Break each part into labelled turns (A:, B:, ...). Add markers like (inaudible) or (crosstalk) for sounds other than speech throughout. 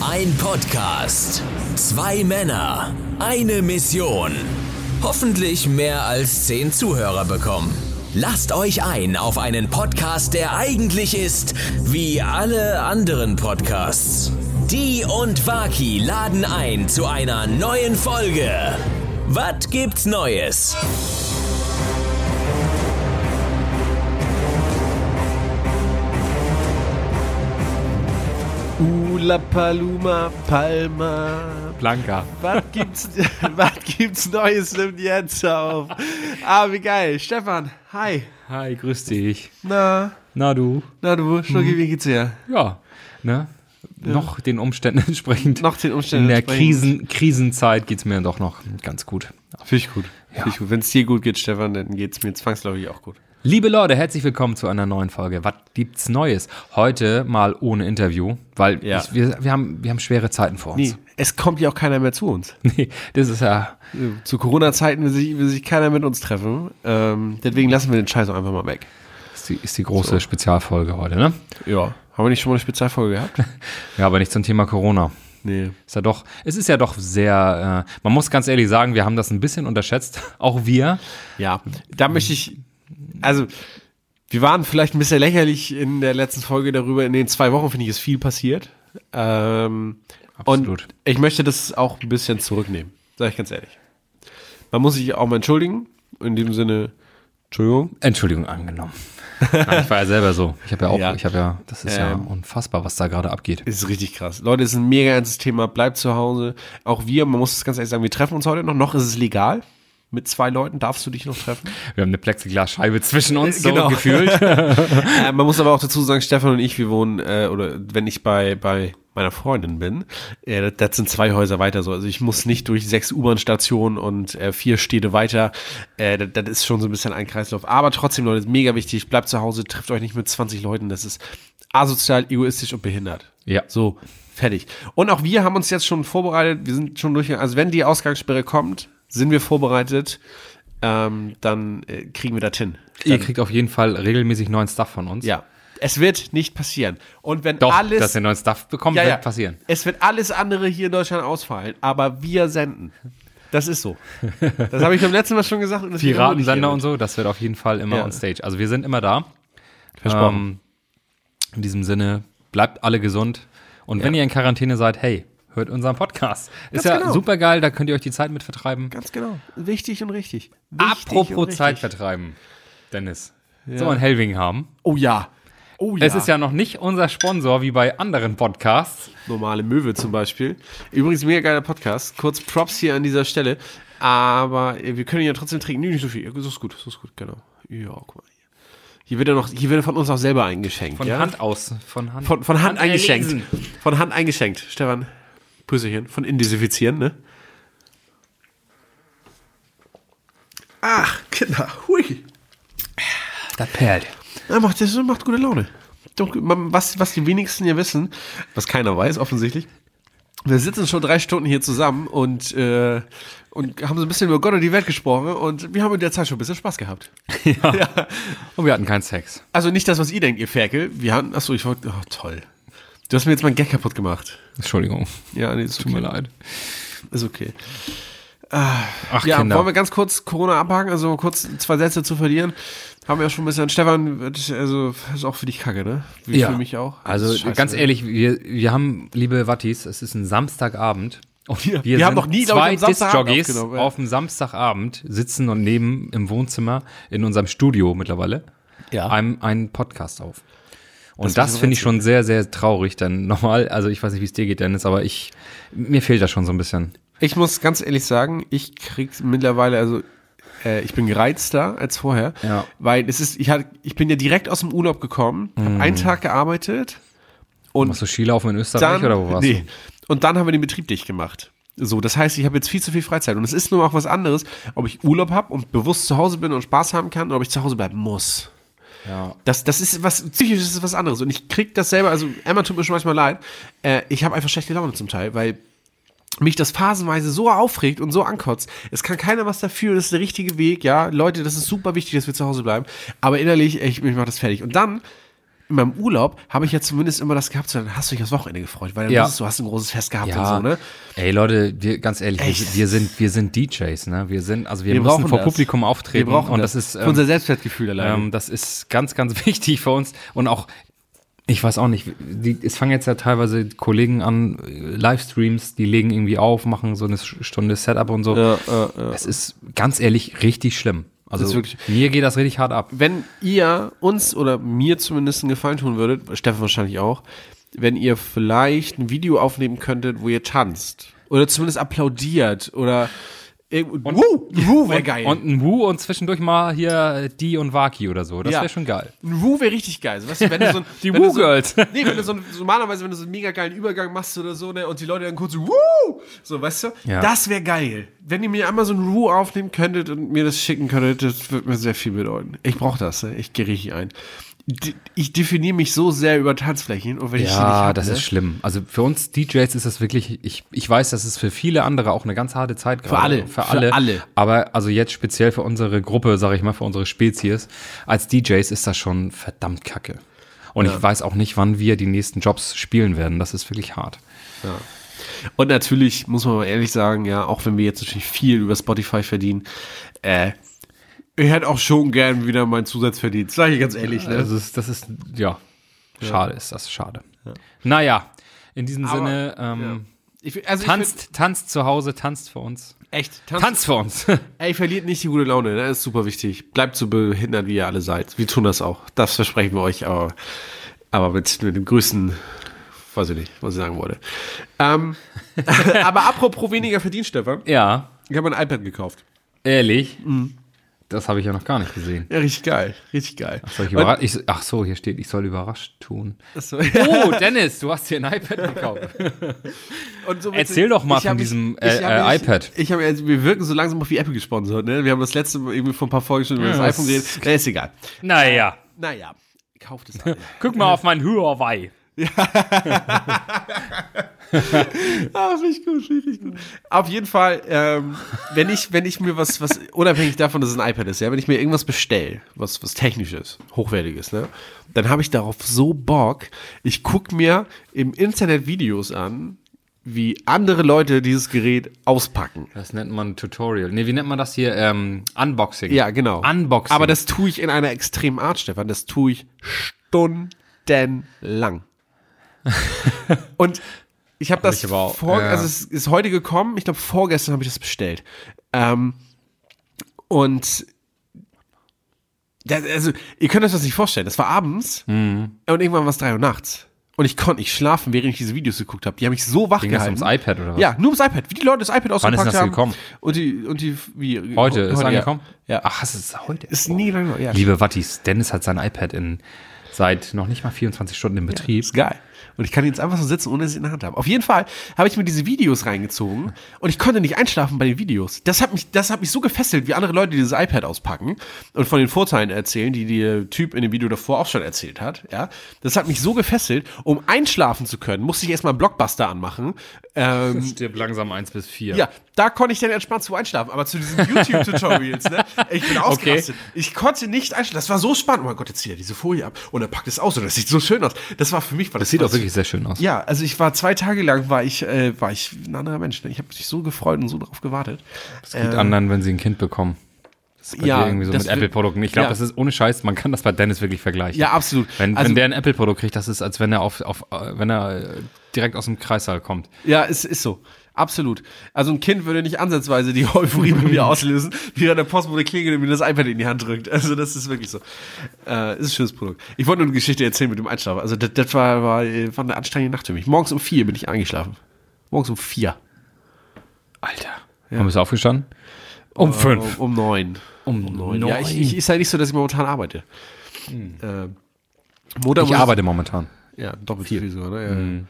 A: Ein Podcast. Zwei Männer. Eine Mission. Hoffentlich mehr als zehn Zuhörer bekommen. Lasst euch ein auf einen Podcast, der eigentlich ist wie alle anderen Podcasts. Die und Waki laden ein zu einer neuen Folge. Was gibt's Neues?
B: Ula Paluma Palma.
C: Blanca.
B: Was gibt's, (laughs) was gibt's Neues nimmt jetzt auf? Ah, wie geil. Stefan, hi.
C: Hi, grüß dich.
B: Na,
C: Na du?
B: na du, Schnucki, wie geht's dir?
C: Ja, ne? Noch den Umständen entsprechend.
B: Noch den Umständen
C: In der
B: entsprechend.
C: Krisen, Krisenzeit geht es mir doch noch ganz gut.
B: Finde ich gut. Finde ich gut. Wenn es dir gut geht, Stefan, dann geht's mir zwangsläufig auch gut.
C: Liebe Leute, herzlich willkommen zu einer neuen Folge. Was gibt's Neues? Heute mal ohne Interview, weil
B: Ja.
C: ich, wir, wir, haben, wir haben schwere Zeiten vor
B: Nee,
C: uns.
B: es kommt ja auch keiner mehr zu (laughs) uns.
C: (laughs) Nee, das ist ja.
B: Zu Corona-Zeiten will sich, will sich keiner mit uns treffen. Ähm, deswegen lassen wir den Scheiß auch einfach mal weg.
C: Ist die, ist die große Spezialfolge heute, ne?
B: Ja. Haben wir nicht schon mal eine Spezialfolge gehabt?
C: Ja, aber nicht zum Thema Corona.
B: (laughs) Nee.
C: Ist ja doch, es ist ja doch sehr, äh, man muss ganz ehrlich sagen, wir haben das ein bisschen unterschätzt, (laughs) auch wir.
B: Ja, da möchte ich, also wir waren vielleicht ein bisschen lächerlich in der letzten Folge darüber. In den zwei Wochen, finde ich, ist viel passiert. Ähm,
C: Absolut.
B: Und ich möchte das auch ein bisschen zurücknehmen, sage ich ganz ehrlich. Man muss sich auch mal entschuldigen. In dem Sinne, Entschuldigung.
C: Entschuldigung angenommen. Nein, ich war ja selber so. Ich habe ja auch,
B: Ja.
C: ich habe ja, das ist ja
B: Ähm.
C: unfassbar, was da gerade abgeht.
B: Ist richtig krass. Leute, es ist ein mega ernstes Thema. Bleibt zu Hause. Auch wir, man muss es ganz ehrlich sagen, wir treffen uns heute noch. Noch ist es legal. Mit zwei Leuten darfst du dich noch treffen.
C: Wir haben eine Plexiglasscheibe zwischen uns, so
B: Genau. (laughs)
C: gefühlt.
B: Äh, man muss aber auch dazu sagen, Stefan und ich, wir wohnen, äh, oder wenn ich bei, bei meiner Freundin bin, äh, das, das sind zwei Häuser weiter so. Also ich muss nicht durch sechs U-Bahn-Stationen und äh, vier Städte weiter. Äh, das, das ist schon so ein bisschen ein Kreislauf. Aber trotzdem, Leute, ist mega wichtig. Bleibt zu Hause, trifft euch nicht mit 20 Leuten. Das ist asozial, egoistisch und behindert.
C: Ja.
B: So, fertig. Und auch wir haben uns jetzt schon vorbereitet. Wir sind schon durch. Also wenn die Ausgangssperre kommt, sind wir vorbereitet. Ähm, dann äh, kriegen wir das hin.
C: Ihr kriegt auf jeden Fall regelmäßig neuen Stuff von uns.
B: Ja. Es wird nicht passieren. Und wenn
C: Doch,
B: alles.
C: dass ihr neuen Stuff bekommt,
B: ja, ja,
C: wird passieren.
B: Es wird alles andere hier in Deutschland ausfallen, aber wir senden. Das ist so. Das habe ich beim letzten Mal schon gesagt. Und das
C: Piratensender und
B: und
C: so, das wird auf jeden Fall immer
B: Ja.
C: on stage. Also wir sind immer da.
B: Versprochen.
C: Ähm, in diesem Sinne, bleibt alle gesund. Und wenn ihr in Quarantäne seid, hey, hört unseren Podcast.
B: Ganz
C: Ist ja
B: genau.
C: super geil, da könnt ihr euch die Zeit mit vertreiben.
B: Ganz genau. Wichtig und richtig. Wichtig und
C: Apropos
B: richtig.
C: Zeit vertreiben, Dennis. So ein Hellwing haben.
B: Oh ja. Oh ja.
C: Es ist ja noch nicht unser Sponsor wie bei anderen Podcasts.
B: Normale Möwe zum Beispiel. Übrigens, mega geiler Podcast. Kurz Props hier an dieser Stelle. Aber äh, wir können ihn ja trotzdem trinken. Nee, nicht so viel. Ja, So ist gut. So ist gut, genau. Ja, guck mal hier. Hier wird er noch, hier wird er von uns auch selber eingeschenkt.
C: Von
B: ja?
C: Hand aus. Von Hand,
B: Von, von Hand, eingeschenkt.
C: erlesen.
B: Von Hand eingeschenkt, Stefan. Prüsselchen. Von indesifizieren, ne? Ach, Kinder, hui.
C: Da perlt.
B: Ja, macht, das macht gute Laune. Doch, man- Was, was die wenigsten ja wissen, was keiner weiß offensichtlich, wir sitzen schon drei Stunden hier zusammen und, äh, und haben so ein bisschen über Gott und die Welt gesprochen und wir haben in der Zeit schon ein bisschen Spaß gehabt.
C: Und wir hatten keinen Sex.
B: Also nicht das, was ihr denkt, ihr Ferkel. Wir haben, achso, ich wollte, oh, toll. Du hast mir jetzt meinen Gag kaputt gemacht.
C: Entschuldigung,
B: Ja, nee, ist okay.
C: tut mir leid.
B: Ist okay.
C: Ach,
B: Ja,
C: Kinder.
B: wollen wir ganz kurz Corona abhaken, also kurz zwei Sätze zu verlieren. Haben wir ja schon ein bisschen. Stefan, wird- also ist auch für dich Kacke, ne? Wie
C: ja.
B: für mich auch.
C: Also
B: Scheiße.
C: ganz ehrlich, wir, wir haben, liebe Wattis, es ist ein Samstagabend. Und
B: Ja, wir haben noch nie, glaub ich,
C: zwei
B: am Samstagabend
C: Disc-Jockeys
B: aufgenommen, ja.
C: auf dem Samstagabend sitzen und nehmen im Wohnzimmer in unserem Studio mittlerweile
B: Ja.
C: einem, einen Podcast auf. Und
B: Das
C: das,
B: ist
C: finde ich schon sehr, sehr traurig. Denn nochmal, also ich weiß nicht, wie es dir geht, Dennis, aber ich, mir fehlt das schon so ein bisschen.
B: Ich muss ganz ehrlich sagen, ich krieg's mittlerweile, also äh, ich bin gereizter als vorher.
C: Ja.
B: Weil es ist, ich, hatte, ich bin ja direkt aus dem Urlaub gekommen,
C: Mhm.
B: hab einen Tag gearbeitet und
C: Machst du Skilaufen in Österreich
B: dann,
C: oder wo warst
B: nee. Und dann haben wir den Betrieb dicht gemacht. So, das heißt, ich habe jetzt viel zu viel Freizeit. Und es ist nur auch was anderes, ob ich Urlaub habe und bewusst zu Hause bin und Spaß haben kann oder ob ich zu Hause bleiben muss.
C: du? Ja.
B: Das, das ist was, psychisch ist es was anderes. Und ich krieg das selber, also Emma tut mir schon manchmal leid. Äh, ich habe einfach schlechte Laune zum Teil, weil mich das phasenweise so aufregt und so ankotzt. Es kann keiner was dafür, das ist der richtige Weg, ja. Leute, das ist super wichtig, dass wir zu Hause bleiben. Aber innerlich, ich, mich macht das fertig. Und dann in meinem Urlaub habe ich ja zumindest immer das gehabt, so, dann hast du dich aufs Wochenende gefreut, weil dann
C: Ja.
B: wusstest du hast ein großes Fest gehabt und
C: Ja,
B: so, ne?
C: ey Leute, wir, ganz ehrlich, wir,
B: Echt?
C: wir sind wir sind DJs, ne? Wir sind also wir,
B: Wir
C: müssen
B: brauchen
C: vor
B: das.
C: Publikum auftreten und das, ist
B: für unser
C: ähm,
B: Selbstwertgefühl allein.
C: ähm, das ist ganz ganz (laughs) wichtig für uns und auch ich weiß auch nicht, die, es fangen jetzt ja teilweise Kollegen an äh, Livestreams, die legen irgendwie auf, machen so eine Stunde Setup und so.
B: Ja, ja, ja.
C: Es ist ganz ehrlich richtig schlimm.
B: Das
C: Also
B: ist wirklich-
C: mir geht das richtig hart ab.
B: wenn ihr uns oder mir zumindest einen Gefallen tun würdet, Steffen wahrscheinlich auch, wenn ihr vielleicht ein Video aufnehmen könntet, wo ihr tanzt. Oder zumindest applaudiert oder irgendwo. Wuh! Wuh wäre geil.
C: Und ein Wu und zwischendurch mal hier äh, die und Waki oder so. Das
B: Ja.
C: wäre schon geil.
B: Ein Woo wäre richtig geil. So, weißt du, wenn du so, ein-
C: (laughs) Die
B: wenn du so,
C: Woo-Girls.
B: (laughs) Nee, wenn du so, ein- so normalerweise, wenn du so einen mega geilen Übergang machst oder so, ne, und die Leute dann kurz so, Woo! So, weißt du?
C: Ja.
B: Das wäre geil. Wenn ihr mir einmal so ein Woo aufnehmen könntet und mir das schicken könntet, das würde mir sehr viel bedeuten. Ich brauche das, ne? Ich gehe richtig ein. D- Ich definiere mich so sehr über Tanzflächen und wenn ich die nicht
C: Ja,
B: hab,
C: das
B: ne?
C: ist schlimm. Also für uns DJs ist das wirklich, ich, ich weiß, das ist für viele andere auch eine ganz harte Zeit gerade.
B: alle,
C: Für
B: für
C: alle.
B: alle.
C: Aber also jetzt speziell für unsere Gruppe, sage ich mal, für unsere Spezies, als DJs ist das schon verdammt kacke. Und ich weiß auch nicht, wann wir die nächsten Jobs spielen werden. Das ist wirklich hart.
B: Und natürlich muss man mal ehrlich sagen, ja, auch wenn wir jetzt natürlich viel über Spotify verdienen, äh, ich hätte auch schon gern wieder meinen Zusatzverdienst, sage ich ganz ehrlich, ne?
C: Das ist, das ist ja, schade ist das, schade. Naja, in diesem
B: Aber-
C: Sinne, ähm,
B: Ich, also ich
C: tanzt, tanzt zu Hause, tanzt für uns.
B: find- echt, tanzt,
C: Tanzt für uns.
B: (laughs) Ey, verliert nicht die gute Laune, ne? das ist super wichtig. Bleibt so behindert, wie ihr alle seid. Wir tun das auch. Das versprechen wir euch, aber, aber mit, mit dem größten, weiß ich nicht, was ich sagen wollte. Ähm, (laughs) aber apropos weniger verdient, Stefan,
C: ja,
B: ich habe mir ein iPad gekauft.
C: Ehrlich?
B: Mhm.
C: Das habe ich ja noch gar nicht gesehen.
B: Ja, richtig geil, richtig geil.
C: Soll ich überra- ich, ach so, hier steht, ich soll überrascht tun.
B: Und,
C: Oh, Dennis, du hast dir ein iPad gekauft.
B: und so
C: Erzähl doch mal
B: Ich hab
C: von
B: mich-
C: diesem,
B: ich
C: äh,
B: hab
C: äh,
B: mich-
C: iPad.
B: Ich habe, also, wir wirken so langsam auf wie Apple gesponsert. Ne? Wir haben das letzte Mal irgendwie vor ein paar Folgen schon über das
C: Ja,
B: iPhone
C: das-
B: geredet. Na, ist egal.
C: Naja,
B: (laughs) Naja, kauft
C: (laughs)
B: es alle.
C: guck mal auf mein Huawei.
B: Ah, finde ich gut, finde ich gut. Auf jeden Fall, ähm, wenn, ich, wenn ich mir was, was, unabhängig davon, dass es ein iPad ist, ja, wenn ich mir irgendwas bestelle, was, was technisches, hochwertiges, ne, dann habe ich darauf so Bock. Ich gucke mir im Internet Videos an, wie andere Leute dieses Gerät auspacken.
C: Das nennt man Tutorial. Nee, wie nennt man das hier? Ähm, Unboxing.
B: Ja, genau.
C: Unboxing.
B: Aber das tue ich in einer extremen Art, Stefan. Das tue ich
C: (laughs)
B: stundenlang. Und ich habe das
C: ich aber auch-
B: vor,
C: ja.
B: also es ist heute gekommen. Ich glaube, vorgestern habe ich das bestellt. Ähm, und das, also, ihr könnt euch das nicht vorstellen. Das war abends
C: Mhm.
B: und irgendwann war es drei Uhr nachts. Und ich konnte nicht schlafen, während ich diese Videos geguckt habe. Die haben mich so wach
C: Ging das
B: gehalten.
C: ums iPad oder was?
B: Ja, nur ums iPad. Wie die Leute das iPad ausgepackt
C: ist denn das
B: haben.
C: gekommen?
B: Und die, und die, wie,
C: Heute ist
B: ja.
C: angekommen?
B: Ja.
C: Ach, es ist heute.
B: Ist nie lang, ja.
C: Liebe Wattis, Dennis hat sein iPad in seit noch nicht mal 24 Stunden im Betrieb.
B: Ist geil. Und ich kann jetzt einfach so sitzen, ohne dass ich in der Hand habe. Auf jeden Fall habe ich mir diese Videos reingezogen und ich konnte nicht einschlafen bei den Videos. Das hat mich, das hat mich so gefesselt, wie andere Leute dieses iPad auspacken und von den Vorteilen erzählen, die der Typ in dem Video davor auch schon erzählt hat. Ja, das hat mich so gefesselt. Um einschlafen zu können, musste ich erstmal Blockbuster anmachen. Ähm,
C: Stirb langsam 1 bis 4.
B: ja, da konnte ich dann entspannt zu einschlafen. Aber zu diesen YouTube-Tutorials, ne? Ich bin ausgerastet. Ich konnte nicht einschlafen. Das war so spannend. Oh mein Gott, jetzt zieht er diese Folie ab und er packt es aus und das sieht so schön aus. Das war für mich, war das,
C: Sieht
B: war
C: auch wirklich sehr schön aus.
B: ja, also ich war zwei Tage lang, war ich, äh, war ich ein anderer Mensch. Ne? Ich habe mich so gefreut und so drauf gewartet.
C: Es gibt
B: ähm.
C: anderen, wenn sie ein Kind bekommen. Das ist bei
B: Ja,
C: dir irgendwie so
B: das
C: mit
B: wi-
C: Apple-Produkten. Ich glaube,
B: ja.
C: das ist ohne Scheiß, man kann das bei Dennis wirklich vergleichen.
B: Ja, absolut.
C: Wenn,
B: Also-
C: wenn der ein Apple-Produkt kriegt, das ist, als wenn er auf, auf äh, wenn er äh, direkt aus dem Kreissaal kommt.
B: Ja, es ist so. Absolut. Also ein Kind würde nicht ansatzweise die (laughs) Euphorie bei mir auslösen, wie an der Postbote klingelt und mir das iPad in die Hand drückt. Also das ist wirklich so. Äh, ist ein schönes Produkt. Ich wollte nur eine Geschichte erzählen mit dem Einschlafen. Also das, das war, war, äh, war eine anstrengende Nacht für mich. Morgens um vier bin ich eingeschlafen. Morgens um vier.
C: Alter. Haben wir aufgestanden? Um fünf.
B: Um, um neun.
C: Um neun. Hm.
B: Ja, ich, ich, ist ja nicht so, dass ich momentan arbeite. Ähm, Montag
C: Ich
B: muss-
C: arbeite Hm. momentan.
B: Ja, doppelt viel sogar, ne? Ja.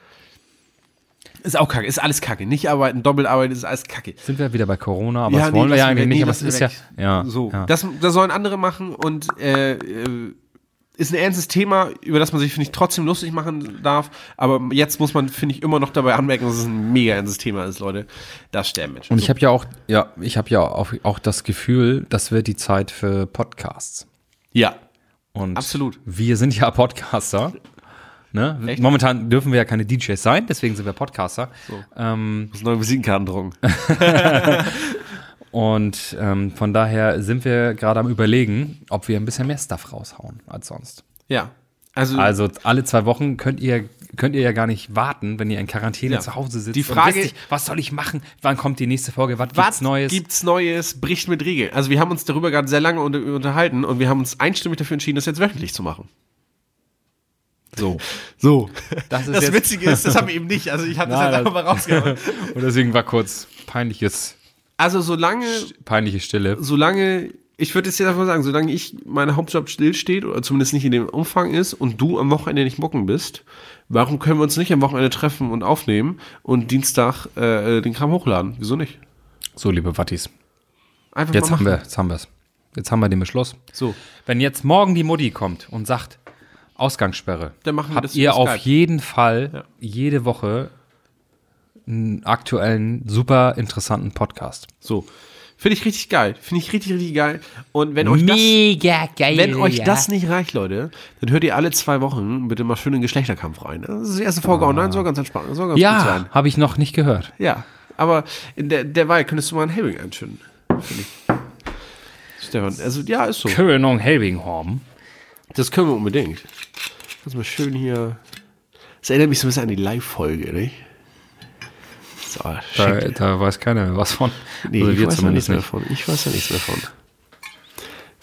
B: Ist auch kacke, ist alles kacke. Nicht arbeiten, doppelt arbeiten, ist alles kacke.
C: Sind wir wieder bei Corona, aber das
B: nee,
C: wollen wir ja
B: lassen
C: eigentlich
B: weg.
C: nicht,
B: Nee,
C: aber es ist
B: lassen wir
C: ja,
B: weg.
C: ja.
B: So,
C: ja.
B: Das, das sollen andere machen und äh, äh, ist ein ernstes Thema, über das man sich, finde ich, trotzdem lustig machen darf. Aber jetzt muss man, finde ich, immer noch dabei anmerken, dass es ein mega ernstes Thema ist, Leute. Das sterben Menschen.
C: Und ich habe ja auch, ja, ich habe ja auch, auch das Gefühl, das wird die Zeit für Podcasts.
B: ja.
C: Und
B: Absolut.
C: Wir sind ja Podcaster. Ne?
B: Echt?
C: Momentan dürfen wir ja keine DJs sein, deswegen sind wir Podcaster.
B: Muss neue Visitenkarten
C: (laughs)
B: drucken.
C: Und ähm, von daher sind wir gerade am Überlegen, ob wir ein bisschen mehr Stuff raushauen als sonst.
B: ja. Also,
C: Also alle zwei Wochen könnt ihr, könnt ihr ja gar nicht warten, wenn ihr in Quarantäne
B: Ja.
C: zu Hause sitzt.
B: Die
C: und
B: Frage-
C: wisst nicht, was soll ich machen? Wann kommt die nächste Folge? Was,
B: was
C: gibt's Neues?
B: gibt's Neues? Bricht mit Regeln. Also wir haben uns darüber gerade sehr lange unter unterhalten und wir haben uns einstimmig dafür entschieden, das jetzt wöchentlich zu machen.
C: so.
B: So.
C: Das ist
B: Das
C: jetzt,
B: Witzige ist, das haben wir eben nicht. Also ich habe das
C: Nein,
B: jetzt
C: das-
B: einfach mal rausgehauen.
C: und deswegen war kurz peinliches,
B: Also solange,
C: peinliche Stille.
B: solange, ich würde jetzt jetzt einfach mal sagen, solange ich mein Hauptjob stillsteht oder zumindest nicht in dem Umfang ist und du am Wochenende nicht mocken bist, warum können wir uns nicht am Wochenende treffen und aufnehmen und Dienstag äh, den Kram hochladen? Wieso nicht?
C: So, liebe Wattis,
B: Einfach
C: jetzt haben
B: machen.
C: wir, jetzt haben wir's. Jetzt haben wir den Beschluss.
B: So.
C: Wenn jetzt morgen die Mutti kommt und sagt, Ausgangssperre,
B: Dann machen wir
C: habt
B: das
C: ihr
B: über
C: auf
B: Skype.
C: jeden Fall jede Woche einen aktuellen, super interessanten Podcast.
B: So. Finde ich richtig geil. Finde ich richtig, richtig geil. Und wenn euch das.
D: Mega geil.
B: Wenn euch das nicht reicht, Leute, dann hört ihr alle zwei Wochen bitte mal schön in den Geschlechterkampf rein. Das ist die erste Folge online, soll ganz entspannt, soll ganz gut sein.
C: Ah. Ja, habe ich noch nicht gehört.
B: Ja, aber in der, derweil könntest du mal einen Helbing einschütten, finde ich. Stefan, also ja, ist so.
C: König Helbinghorn.
B: Das können wir unbedingt. Lass mal schön hier. Das erinnert mich so ein bisschen an die Live-Folge, nicht? So,
C: Da,
B: schick.
C: da weiß keiner mehr was von.
B: Nee,
C: also
B: ich
C: wir
B: weiß ja nichts
C: zumindest
B: mehr
C: nicht.
B: von. Ich weiß ja nichts mehr von.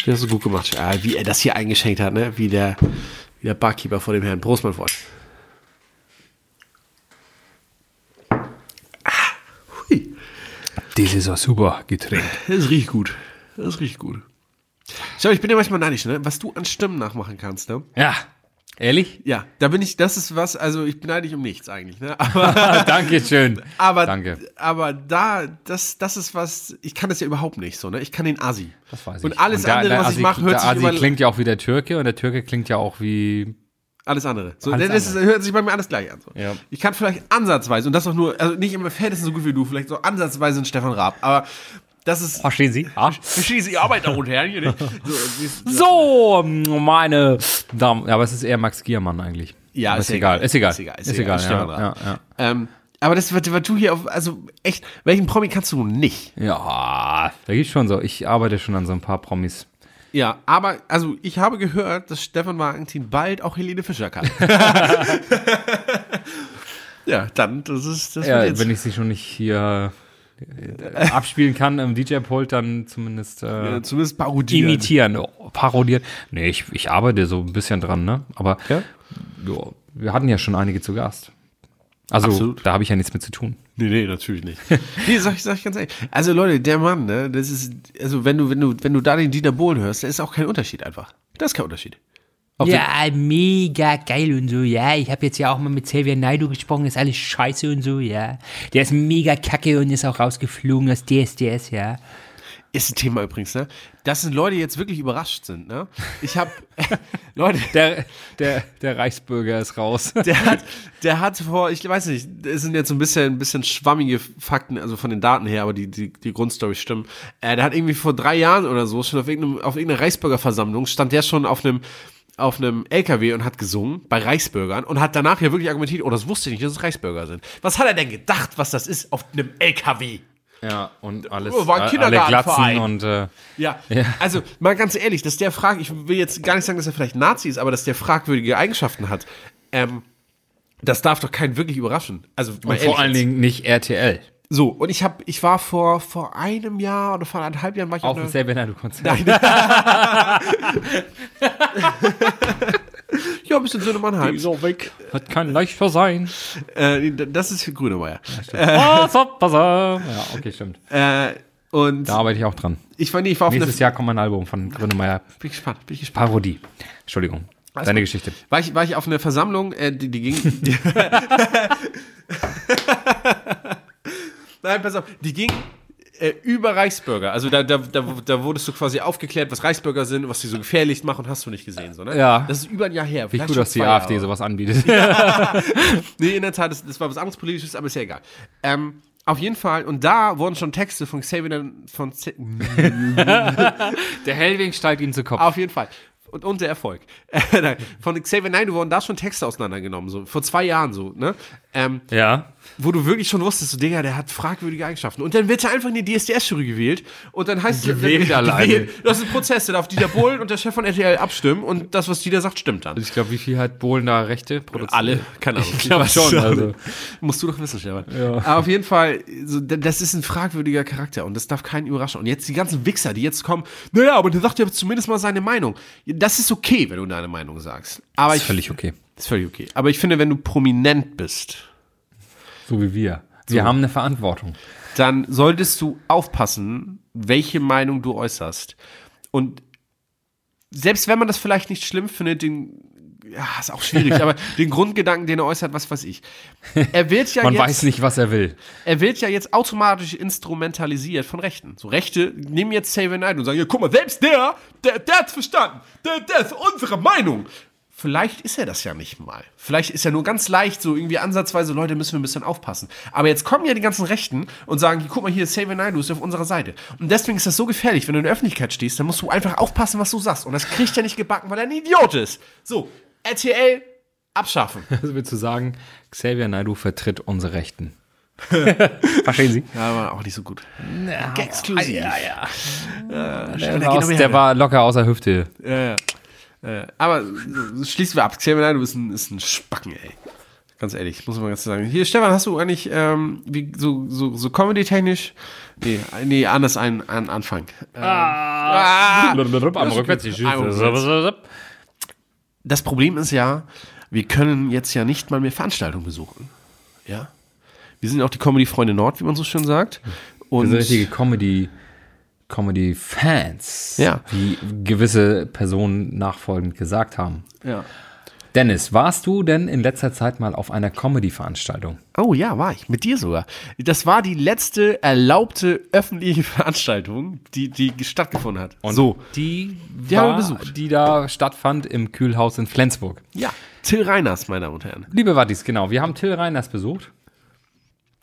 B: Das hast du gut gemacht. Ah, wie er das hier eingeschenkt hat, ne? Wie der, wie der Barkeeper vor dem Herrn. Prost, mein Freund. Ah, hui.
C: Das ist ein super Getränk.
B: Das riecht gut. Das riecht gut. Schau, ich bin ja manchmal neidisch, ne? Was du an Stimmen nachmachen kannst, ne?
C: Ja, ehrlich?
B: Ja, da bin ich, das ist was, also ich beneide dich um nichts eigentlich, ne? (laughs) Aber,
C: Dankeschön.
B: aber,
C: Danke.
B: aber da, das, das ist was, ich kann das ja überhaupt nicht so, ne? Ich kann den Asi.
C: Das weiß ich.
B: Und alles
C: der-
B: andere,
C: der
B: was
C: Asi-
B: ich mache, hört
C: der
B: sich
C: Asi
B: immer,
C: also klingt ja auch wie der Türke und der Türke klingt ja auch wie.
B: alles andere. So,
C: Alles
B: das ist,
C: andere.
B: hört sich bei mir alles gleich an. So.
C: Ja.
B: Ich kann vielleicht ansatzweise, und das auch nur, also nicht im Verhältnis so gut wie du, vielleicht so ansatzweise ein Stefan Raab, aber das ist,
C: (laughs) Verstehen Sie?
B: verstehen Sie Arbeit, darunter, Herren, hier
C: (laughs)
B: nicht? So, das-
C: So, meine Damen. Ja, aber es ist eher Max Giermann eigentlich.
B: Ja,
C: aber
B: ist
C: ist, egal.
B: egal.
C: Ist egal.
B: Ist egal, ist
C: Ist egal.
B: egal.
C: Ja, ja,
B: Ähm, aber das, was, was du hier auf, also echt, welchen Promi kannst du nicht?
C: ja. ja, da gibt's schon so. Ich arbeite schon an so ein paar Promis.
B: Ja, aber, also ich habe gehört, dass Stefan Wagentin bald auch Helene Fischer
C: (laughs)
B: kann. ja, dann, das ist, das
C: Ja,
B: wird
C: wenn
B: jetzt.
C: ich sie schon nicht hier äh, abspielen kann im DJ-Pult, dann zumindest äh,
B: äh, zumindest parodieren.
C: imitieren, oh, parodieren. Nee, ich, ich arbeite so ein bisschen dran, ne? Aber
B: Ja?
C: ja, wir hatten ja schon einige zu Gast. Also,
B: Absolut.
C: da habe ich ja nichts mit zu tun.
B: Nee, nee, natürlich nicht. nee, sag ich, sag ich ganz ehrlich. Also Leute, der Mann, ne, das ist, also wenn du, wenn du, wenn du da den Dieter Bohlen hörst, da ist auch kein Unterschied einfach. Das ist kein Unterschied.
D: Ja, mega geil und so, ja. Ich habe jetzt ja auch mal mit Xavier Naidu gesprochen, das ist alles scheiße und so, ja. Der ist mega kacke und ist auch rausgeflogen aus DSDS, ja.
B: Ist ein Thema übrigens, ne? Dass sind Leute jetzt wirklich überrascht sind, ne? Ich
C: (laughs)
B: hab, Leute,
C: Der, der, der Reichsbürger
B: (laughs)
C: ist raus.
B: der hat, der hat vor, ich weiß nicht, es sind jetzt so ein bisschen, ein bisschen schwammige Fakten, also von den Daten her, aber die, die, die Grundstory stimmen. Äh, der hat irgendwie vor drei Jahren oder so schon auf irgendeinem, auf irgendeiner Reichsbürgerversammlung stand der schon auf einem, auf einem LKW und hat gesungen bei Reichsbürgern und hat danach ja wirklich argumentiert, oh, das wusste ich nicht, dass es Reichsbürger sind. Was hat er denn gedacht, was das ist auf einem LKW?
C: Ja, und alles.
B: Äh, oh, War ein
C: a- alle
B: Kindergartenverein.
C: Glatzen und. Äh,
B: Ja. also mal ganz ehrlich, dass der frag, ich will jetzt gar nicht sagen, dass er vielleicht Nazi ist, aber dass der fragwürdige Eigenschaften hat, ähm, das darf doch keinen wirklich überraschen. Also mal
C: und vor
B: ehrlich
C: allen
B: jetzt.
C: Dingen nicht RTL.
B: So, und ich habe, ich war vor, vor einem Jahr oder vor anderthalb Jahren war ich
C: Auf
B: einer-
C: dem Selbenadu-Konzert.
B: ja, ein bisschen Söhne Mannheim.
C: weg. (laughs) Das kann
B: (laughs)
C: leichter sein.
B: Äh, das ist für Grünemeier.
C: Ah, so, pass auf. ja, okay, stimmt.
B: Äh, und
C: Da arbeite ich auch dran.
B: ich war, nee, ich war auf einer,
C: Nächstes Jahr kommt mein Album von Grönemeyer.
B: bin gespannt, bin gespannt.
C: Parodie. Entschuldigung. Deine
B: gut.
C: Geschichte.
B: War ich, war ich auf einer Versammlung, äh, die, die ging. (laughs) Die Nein, pass auf, die ging äh, über Reichsbürger. Also da, da, da, da wurdest du quasi aufgeklärt, was Reichsbürger sind, was sie so gefährlich machen, hast du nicht gesehen, so, ne?
C: Ja.
B: Das ist über ein Jahr her.
C: Wie
B: vielleicht
C: gut,
B: schon
C: dass die
B: zwei Jahre.
C: AfD sowas anbietet.
B: Nee, in der Tat, das, das war was anderes Politisches, aber ist ja egal. Ähm, auf jeden Fall, und da wurden schon Texte von Xavier, von, Z-
C: Der Hellwing steigt ihm zu Kopf.
B: Auf jeden Fall. und, und der Erfolg. (laughs) Nein, Von Xavier Naidoo wurden da schon Texte auseinandergenommen, so vor zwei Jahren so, ne? Ähm,
C: Ja.
B: wo du wirklich schon wusstest, so, Digga, der hat fragwürdige Eigenschaften. Und dann wird er einfach in die DSDS-Jury gewählt und dann heißt es,
C: Gewählt alleine.
B: das ist ein Prozess, da darf Dieter Bohlen und der Chef von RTL abstimmen und das, was Dieter sagt, stimmt dann.
C: Also Ich glaube, wie viel hat Bohlen da Rechte produziert?
B: Alle, keine Ahnung.
C: Ich glaub
B: weiß
C: schon,
B: nicht.
C: also.
B: Musst du doch wissen, Stefan. Aber auf jeden Fall, so, d- das ist ein fragwürdiger Charakter und das darf keinen überraschen. Und jetzt die ganzen Wichser, die jetzt kommen, naja, aber der sagt ja zumindest mal seine Meinung. Das ist okay, wenn du deine Meinung sagst. Aber ich,
C: okay.
B: ist völlig okay. Aber ich finde, wenn du prominent bist,
C: So wie wir. Wir haben eine Verantwortung.
B: dann solltest du aufpassen, welche Meinung du äußerst. Und selbst wenn man das vielleicht nicht schlimm findet, den, ja, ist auch (laughs) schwierig, aber den Grundgedanken, den er äußert, was weiß ich. Er wird ja
C: Man
B: jetzt,
C: weiß nicht, was er will.
B: er wird ja jetzt automatisch instrumentalisiert von Rechten. So Rechte nehmen jetzt Save Night und sagen, ja, guck mal, selbst der, der, der hat's verstanden. Der, der ist unsere Meinung. Vielleicht ist er das ja nicht mal. Vielleicht ist er nur ganz leicht so irgendwie ansatzweise, Leute, müssen wir ein bisschen aufpassen. Aber jetzt kommen ja die ganzen Rechten und sagen, guck mal hier, Save Naidu ist auf unserer Seite. Und deswegen ist das so gefährlich, wenn du in der Öffentlichkeit stehst, dann musst du einfach aufpassen, was du sagst. Und das kriegt er nicht gebacken, weil er ein Idiot ist. So, RTL abschaffen.
C: Also willst du sagen, Xavier Naidoo vertritt unsere Rechten. (laughs) Verstehen Sie?
B: Ja, war auch nicht so gut. Na, Exklusiv. Ja, ja.
C: Der, war, aus, der war locker außer Hüfte.
B: Ja, ja. Äh, aber so, schließen wir ab. Xavier, du bist ein, ist ein Spacken, ey. Ganz ehrlich, muss man ganz sagen. Hier, Stefan, hast du eigentlich ähm, wie, so, so, so Comedy-technisch? Nee, nee, anders ein, an Anfang. Ähm, ah.
C: Am
B: Rückwärts. Das Problem ist ja, wir können jetzt ja nicht mal mehr Veranstaltungen besuchen. Ja? Wir sind auch die Comedy-Freunde Nord, wie man so schön sagt. Und
C: sind richtige Comedy, Comedy-Fans,
B: Ja.
C: wie gewisse Personen nachfolgend gesagt haben.
B: ja.
C: Dennis, warst du denn in letzter Zeit mal auf einer Comedy-Veranstaltung?
B: Oh ja, war ich. Mit dir sogar. Das war die letzte erlaubte öffentliche (laughs) Veranstaltung, die, die stattgefunden hat. so.
C: Die,
B: haben wir
C: war,
B: besucht.
C: die da stattfand im Kühlhaus in Flensburg.
B: Ja. Till Reiners, meine Damen und Herren.
C: Liebe Wattis, genau, wir haben Till Reiners besucht.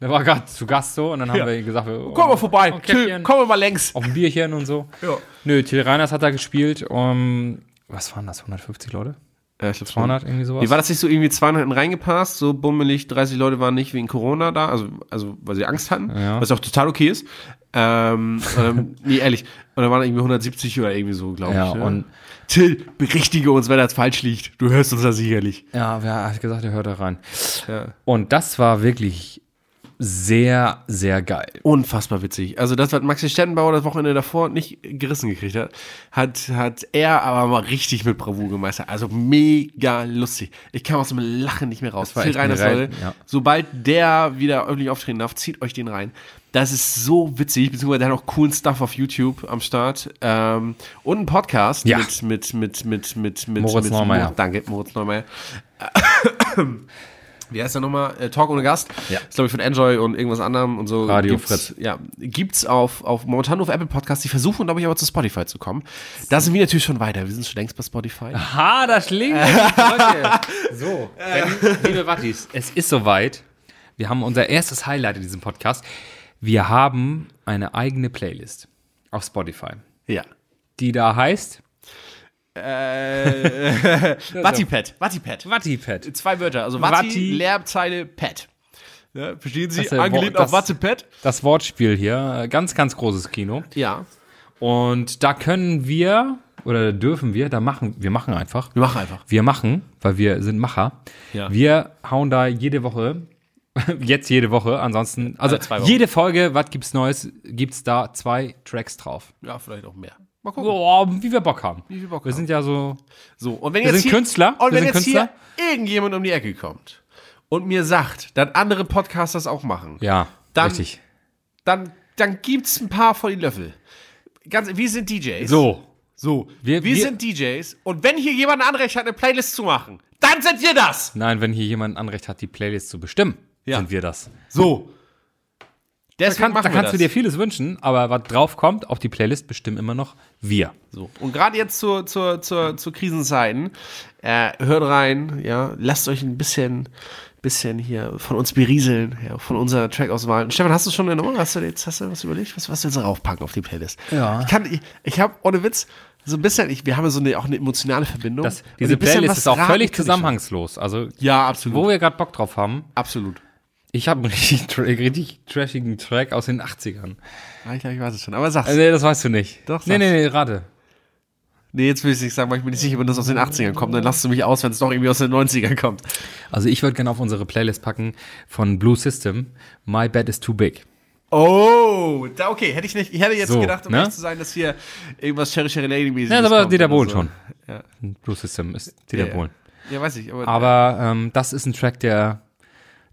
C: Der war gerade zu Gast so und dann haben
B: Ja.
C: wir gesagt, oh, wir,
B: Komm mal vorbei.
C: Auf ein
B: Till,
C: Käffchen,
B: komm mal längs.
C: Auf ein Bierchen und so.
B: Ja.
C: Nö, Till Reiners hat da gespielt. Um, was waren das, 150 Leute?
B: Ja, ich glaub,
C: 200, irgendwie sowas?
B: Wie war das nicht so irgendwie 200 reingepasst, so bummelig, 30 Leute waren nicht wegen Corona da, also, also weil sie Angst hatten,
C: Ja.
B: was auch total okay ist. Ähm, (laughs) und dann, nee, ehrlich. Und dann waren irgendwie 170 oder irgendwie so, glaube
C: Ja,
B: ich.
C: und-
B: Till, berichtige uns, wenn das falsch liegt. Du hörst uns da sicherlich.
C: Ja, wer hat gesagt, der hört da rein.
B: Ja.
C: Und das war wirklich sehr, sehr geil.
B: unfassbar witzig. Also das, was Maxi Stettenbauer das Wochenende davor nicht gerissen gekriegt hat, hat, hat er aber mal richtig mit Bravour gemeistert. Also mega lustig. Ich kam aus dem Lachen nicht mehr raus.
C: war
B: Till
C: echt eine
B: Reiners,
C: Rei-
B: Leute,
C: ja.
B: sobald der wieder öffentlich auftreten darf, zieht euch den rein. Das ist so witzig, beziehungsweise der hat auch coolen Stuff auf YouTube am Start. Ähm, und einen Podcast
C: Ja.
B: mit, mit, mit, mit, mit, mit
C: Moritz
B: mit,
C: Neumeier.
B: Mor- Danke, Moritz Neumeier. Wie heißt der nochmal? Äh, Talk ohne Gast.
C: Ja.
B: Ist, glaube ich, von Enjoy und irgendwas anderem und so.
C: Radio
B: gibt's,
C: Fritz.
B: Ja, gibt's auf, auf momentan nur auf Apple Podcasts. Die versuchen, glaube ich, aber zu Spotify zu kommen. Da sind wir natürlich schon weiter. Wir sind schon längst bei Spotify.
C: Ha, das klingt.
B: (laughs)
C: so, wenn, liebe Wattis, es ist soweit. Wir haben unser erstes Highlight in diesem Podcast. Wir haben eine eigene Playlist auf Spotify,
B: Ja.
C: die da heißt
B: Äh, (laughs) Wattipad, Wattipad.
C: Wattipad.
B: Zwei Wörter. Also Watti,
C: Watti.
B: Leerzeile, Pad. Ja, verstehen Sie?
C: Das ist ja
B: Angelehnt
C: Wort-
B: auf
C: das-
B: Wattepad.
C: Das Wortspiel hier, äh, ganz, ganz großes Kino.
B: Ja.
C: Und da können wir oder dürfen wir, da machen wir machen einfach.
B: Wir machen einfach.
C: Wir machen, weil wir sind Macher.
B: Ja.
C: Wir hauen da jede Woche, (laughs) jetzt jede Woche, ansonsten, also
B: zwei Wochen.
C: jede Folge, was gibt's Neues, gibt's da zwei Tracks drauf.
B: Ja, vielleicht auch mehr. Mal gucken.
C: Oh, wie wir Bock haben.
B: wir Bock
C: wir
B: haben.
C: sind ja so.
B: So, und wenn
C: Wir
B: jetzt hier,
C: sind Künstler,
B: Und
C: wir
B: wenn
C: sind
B: jetzt
C: Künstler.
B: hier irgendjemand um die Ecke kommt und mir sagt, dass andere Podcasts das auch machen,
C: Ja,
B: Dann-
C: richtig.
B: dann, dann gibt's ein paar von den Löffel. Ganz, wir sind DJs.
C: So.
B: So. Wir,
C: Wir- wir-
B: sind DJs und wenn hier jemand ein Anrecht hat, eine Playlist zu machen, dann sind wir das.
C: Nein, wenn hier jemand ein Anrecht hat, die Playlist zu bestimmen,
B: Ja.
C: sind wir das.
B: So. Deswegen
C: Kann, da
B: machen wir das.
C: kannst du dir vieles wünschen, aber was drauf kommt auf die Playlist, bestimmen immer noch wir.
B: So. Und gerade jetzt zur, zur, zur, zu Krisenzeiten, äh, hört rein, ja, lasst euch ein bisschen, bisschen hier von uns berieseln, ja, von unserer Trackauswahl. Stefan, hast du schon eine Nummer? Hast du jetzt hast du was überlegt? Was, was willst du raufpacken auf die Playlist?
C: Ja.
B: Ich, kann, ich, ich habe, ohne Witz, so ein bisschen, ich, wir haben ja so eine, auch eine emotionale Verbindung.
C: Das,
B: Und
C: diese
B: ein bisschen
C: Playlist
B: was
C: ist auch
B: raten
C: völlig
B: kann ich schon.
C: zusammenhangslos. Also,
B: Ja, absolut.
C: wo wir gerade Bock drauf haben,
B: absolut.
C: ich habe einen (laughs) richtig, tra- richtig trashigen Track aus den 80ern.
B: Ah, Ich glaube, ich weiß es schon. Aber sag's.
C: Äh, Nee, das weißt du nicht.
B: Doch,
C: Nee,
B: sag's.
C: nee, nee, rate.
B: nee, jetzt will ich nicht sagen, weil ich mir nicht sicher bin, dass es aus den 80ern kommt. Dann lass du mich aus, wenn es doch irgendwie aus den 90ern kommt.
C: Also, ich würde gerne auf unsere Playlist packen von Blue System. My Bed is Too Big.
B: Oh, da, okay, hätte ich nicht. Ich hätte jetzt
C: So,
B: gedacht, um
C: ne?
B: ehrlich zu sein, dass hier irgendwas Cherry Cherry Lady mäßig
C: Ja, das aber Dieter Bohlen
B: so.
C: schon.
B: also, Ja.
C: Blue System ist
B: Ja,
C: Dieter
B: ja.
C: Bohlen.
B: Ja, weiß ich. Aber,
C: Aber ähm, das ist ein Track, der,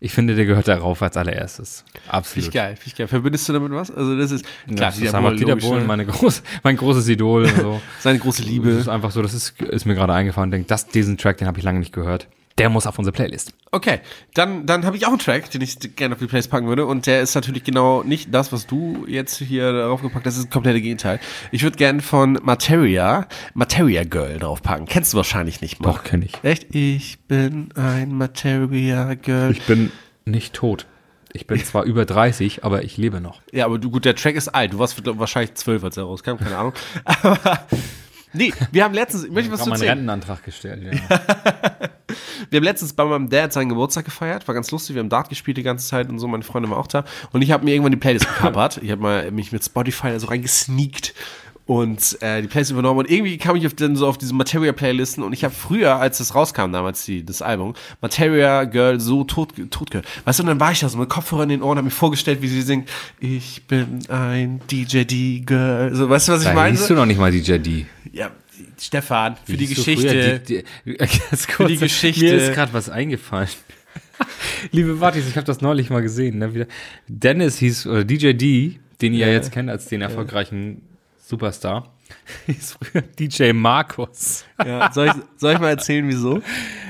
C: ich finde, der gehört darauf als allererstes.
B: Finde ich
C: Absolut.
B: geil, finde ich geil. Verbindest du damit was? Also das ist klar,
C: das ist einfach Dieter
B: logisch,
C: Bohlen,
B: ne?
C: meine groß, (laughs) mein großes Idol. und So.
B: seine große
C: Liebe. Das
B: Liebe.
C: ist einfach so, das ist, ist mir gerade eingefallen. Denk, das, diesen Track, den habe ich lange nicht gehört. Der muss auf unsere Playlist.
B: Okay, dann, dann habe ich auch einen Track, den ich gerne auf die Playlist packen würde. Und der ist natürlich genau nicht das, was du jetzt hier draufgepackt hast. Das ist das komplette Gegenteil. Ich würde gerne von Materia, Materia Girl draufpacken. Kennst du wahrscheinlich nicht mal.
C: Doch, kenn ich.
B: Echt? Ich bin ein Materia Girl.
C: Ich bin nicht tot. Ich bin zwar (laughs) über 30, aber ich lebe noch.
B: Ja, aber du, gut, der Track ist alt. Du warst glaub, wahrscheinlich zwölf, als er rauskam, keine Ahnung. (laughs) Aber, nee, wir haben letztens, ich möchte was zu erzählen.
C: Rentenantrag gestellt. Ja.
B: Wir haben letztens bei meinem Dad seinen Geburtstag gefeiert, war ganz lustig, wir haben Dart gespielt die ganze Zeit und so, meine Freunde waren auch da. Und ich habe mir irgendwann die Playlist
C: (laughs)
B: gekappert. Ich habe mal mich mit Spotify da so reingesneakt und äh, die Playlist übernommen. Und irgendwie kam ich auf, dann so auf diese Materia-Playlisten und ich habe früher, als das rauskam damals, die, das Album, Materia Girl so tot, tot gehört. Weißt du, und dann war ich da so mit Kopfhörer in den Ohren, habe mir vorgestellt, wie sie singt, ich bin ein DJ D-Girl. So, weißt du, was ich
C: Da
B: meine?
C: hieß du noch nicht mal DJ D.
B: Ja, Stefan, für die
C: Hieß du
B: Geschichte.
C: früher Die, die, ganz kurz,
B: die (laughs) Geschichte.
C: Mir ist gerade was eingefallen. (laughs) Liebe Wattis, ich habe das neulich mal gesehen. Ne? Wieder. Dennis hieß, oder DJ D, den ihr ja jetzt kennt als den erfolgreichen Superstar, (laughs) hieß früher DJ Markus. (laughs)
B: ja, soll, ich, soll ich mal erzählen, wieso?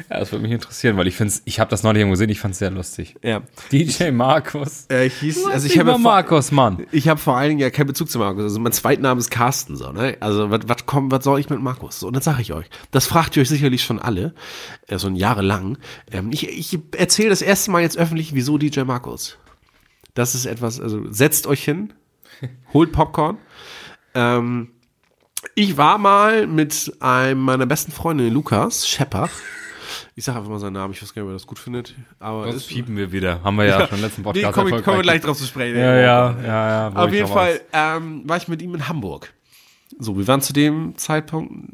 C: Ja, das würde mich interessieren, weil ich finde ich habe das neulich irgendwo gesehen, ich fand es sehr lustig.
B: Ja.
C: DJ Markus.
B: Äh, ich hieß,
C: Du hast
B: also ich
C: nicht
B: habe
C: mal
B: ja vor,
C: Markus, Mann.
B: ich habe vor allen Dingen ja keinen Bezug zu Markus. Also mein Zweitname ist Carsten so, ne? Also was was kommt, was soll ich mit Markus? So, und das sage ich euch. Das fragt ihr euch sicherlich schon alle, äh, so ein Jahre lang. Ähm, ich ich erzähle das erste Mal jetzt öffentlich, wieso DJ Markus. Das ist etwas, also setzt euch
C: (laughs)
B: hin, holt Popcorn. Ähm, ich war mal mit einem meiner besten Freunde, Lukas Schepper. Ich sage einfach mal seinen Namen, ich weiß gar nicht, ob er das gut findet. Aber
C: Das
B: ist-
C: piepen wir wieder. Haben wir ja, schon im letzten Podcast
B: nee, komm, ich- kommen wir
C: erfolgreich-
B: gleich drauf zu sprechen.
C: Ja, ja, ja, ja. wo
B: Auf
C: ich
B: jeden
C: drauf
B: Fall ähm, war ich mit ihm in Hamburg. So, wir waren zu dem Zeitpunkt.